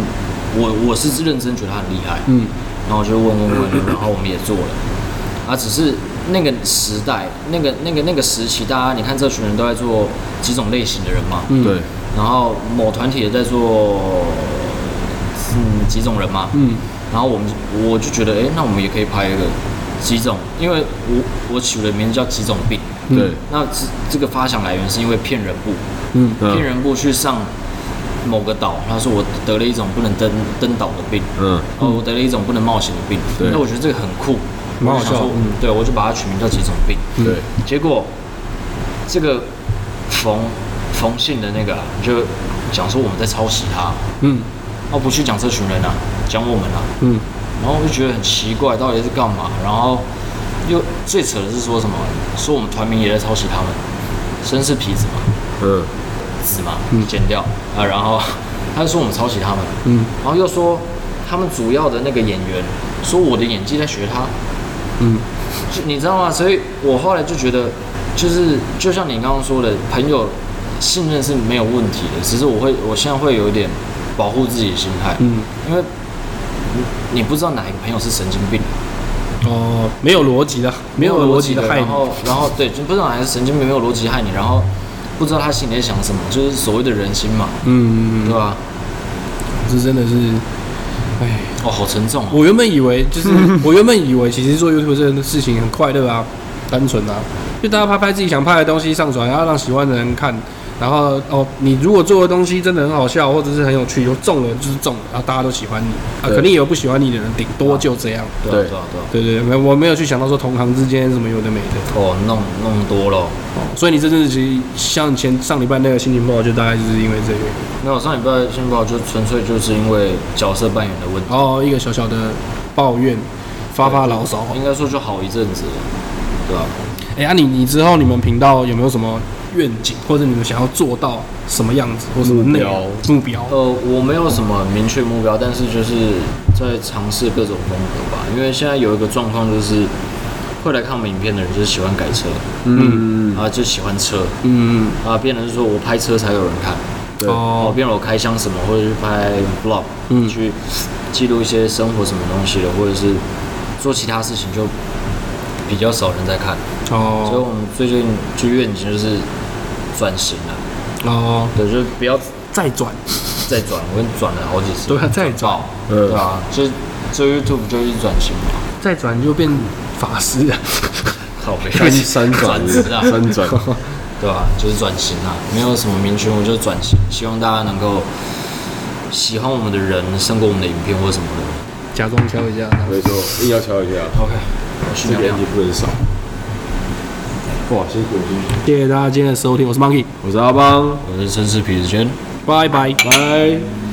Speaker 2: 我我是认真觉得他很厉害，
Speaker 1: 嗯
Speaker 2: 然后我就问问问，然后我们也做了，啊，只是那个时代，那个那个那个时期，大家你看这群人都在做几种类型的人嘛，
Speaker 1: 嗯
Speaker 3: 对，
Speaker 2: 然后某团体也在做嗯几种人嘛，
Speaker 1: 嗯
Speaker 2: 然后我们我就觉得，哎，那我们也可以拍一个几种，因为我我取的名字叫几种病，
Speaker 1: 嗯
Speaker 3: 对，
Speaker 2: 那这这个发想来源是因为骗人部。
Speaker 1: 嗯
Speaker 2: 骗
Speaker 3: 嗯
Speaker 2: 人部去上某个岛，他说我得了一种不能登登岛的病，
Speaker 3: 嗯，
Speaker 2: 哦，我得了一种不能冒险的病。
Speaker 3: 对
Speaker 2: 那我觉得这个很酷，
Speaker 1: 蛮
Speaker 2: 我
Speaker 1: 好
Speaker 2: 就
Speaker 1: 笑
Speaker 2: 想
Speaker 1: 的
Speaker 2: 说，
Speaker 1: 嗯
Speaker 2: 对，我就把它取名叫几种病。
Speaker 3: 对，
Speaker 2: 结果这个冯冯姓的那个啊就讲说我们在抄袭他，
Speaker 1: 嗯
Speaker 2: 哦，不去讲这群人啊，讲我们啊，
Speaker 1: 嗯
Speaker 2: 然后我就觉得很奇怪，到底是干嘛？然后又最扯的是说什么？说我们团名也在抄袭他们，绅士痞子嘛。
Speaker 3: 嗯，
Speaker 2: 字嘛
Speaker 1: 嗯，
Speaker 2: 剪掉啊，然后 [laughs] 他就说我们抄袭他们，
Speaker 1: 嗯
Speaker 2: 然后又说他们主要的那个演员说我的演技在学他，
Speaker 1: 嗯
Speaker 2: 就你知道吗？所以我后来就觉得，就是就像你刚刚说的，朋友信任是没有问题的，只是我会我现在会有一点保护自己的心态，
Speaker 1: 嗯
Speaker 2: 因为你你不知道哪一个朋友是神经病，
Speaker 1: 哦，没有逻辑的，没有逻辑的害
Speaker 2: 然
Speaker 1: 你，
Speaker 2: 后然后对，就不知道哪一个神经病没有逻辑害你，然后不知道他心里在想什么，就是所谓的人心嘛，
Speaker 1: 嗯
Speaker 2: 对，吧？
Speaker 1: 这真的是，哎，
Speaker 2: 哦，好沉重啊！
Speaker 1: 我原本以为 [laughs] 就是我原本以为其实做 YouTube 这件事情很快乐啊，单纯啊，就大家拍拍自己想拍的东西上传，然后让喜欢的人看。然后哦，你如果做的东西真的很好笑，或者是很有趣，有中了就是中了，然后大家都喜欢你啊，
Speaker 3: 对
Speaker 1: 肯定有不喜欢你的人，顶多就这样。
Speaker 2: 对啊
Speaker 3: 对
Speaker 2: 对啊对啊，
Speaker 1: 对对，没有我没有去想到说同行之间什么有的没的，
Speaker 2: 哦，弄弄多了。
Speaker 1: 哦所以你这阵子其实像前上礼拜那个心情不好，就大概就是因为这个原因
Speaker 2: 没有上礼拜新报就纯粹就是因为角色扮演的问题，
Speaker 1: 然后一个小小的抱怨，发发牢骚。
Speaker 2: 应该说就好一阵子了，对吧、
Speaker 1: 哎、啊你你之后你们频道有没有什么愿景，或者你们想要做到什么样子，或什么内容目标？
Speaker 2: 呃，我没有什么明确目标，但是就是在尝试各种风格吧。因为现在有一个状况就是，会来看我们影片的人就是喜欢改车，
Speaker 3: 嗯，
Speaker 2: 啊，就喜欢车，
Speaker 1: 嗯，
Speaker 2: 啊，变成是说我拍车才有人看，
Speaker 3: 对
Speaker 2: 哦，
Speaker 1: 哦，
Speaker 2: 变成我开箱什么，或者是拍 vlog，
Speaker 1: 嗯
Speaker 2: 去记录一些生活什么东西的，或者是做其他事情就比较少人在看。所以
Speaker 1: 哦，
Speaker 2: 我们最近就愿景就是转型了，
Speaker 1: 哦，
Speaker 2: 对，就是不要
Speaker 1: 再转，
Speaker 2: 再转，我已经转了好几次，
Speaker 1: 对啊，再转，
Speaker 2: 爆，
Speaker 3: 嗯
Speaker 2: 对啊，就是做 YouTube 就是转型嘛，
Speaker 1: 再转就变法师啊了。
Speaker 2: 靠背
Speaker 3: 看三转
Speaker 2: 转职啊，
Speaker 3: [laughs] 三转，
Speaker 2: 对吧、就是转型啊，没有什么明确，我就是转型，希望大家能够喜欢我们的人胜过我们的影片或什么的。
Speaker 1: [laughs] 假装敲一下。
Speaker 3: 没错，硬要敲一下，
Speaker 2: OK，我去
Speaker 3: 这
Speaker 2: 尿
Speaker 3: 个
Speaker 2: 尿
Speaker 3: NG。不能少。哇，辛苦辛苦，
Speaker 1: 谢谢大家今天的收听，我是 Monkey，
Speaker 3: 我是阿邦，
Speaker 2: 我是绅士皮子轩。
Speaker 1: 拜拜，拜。
Speaker 3: 拜。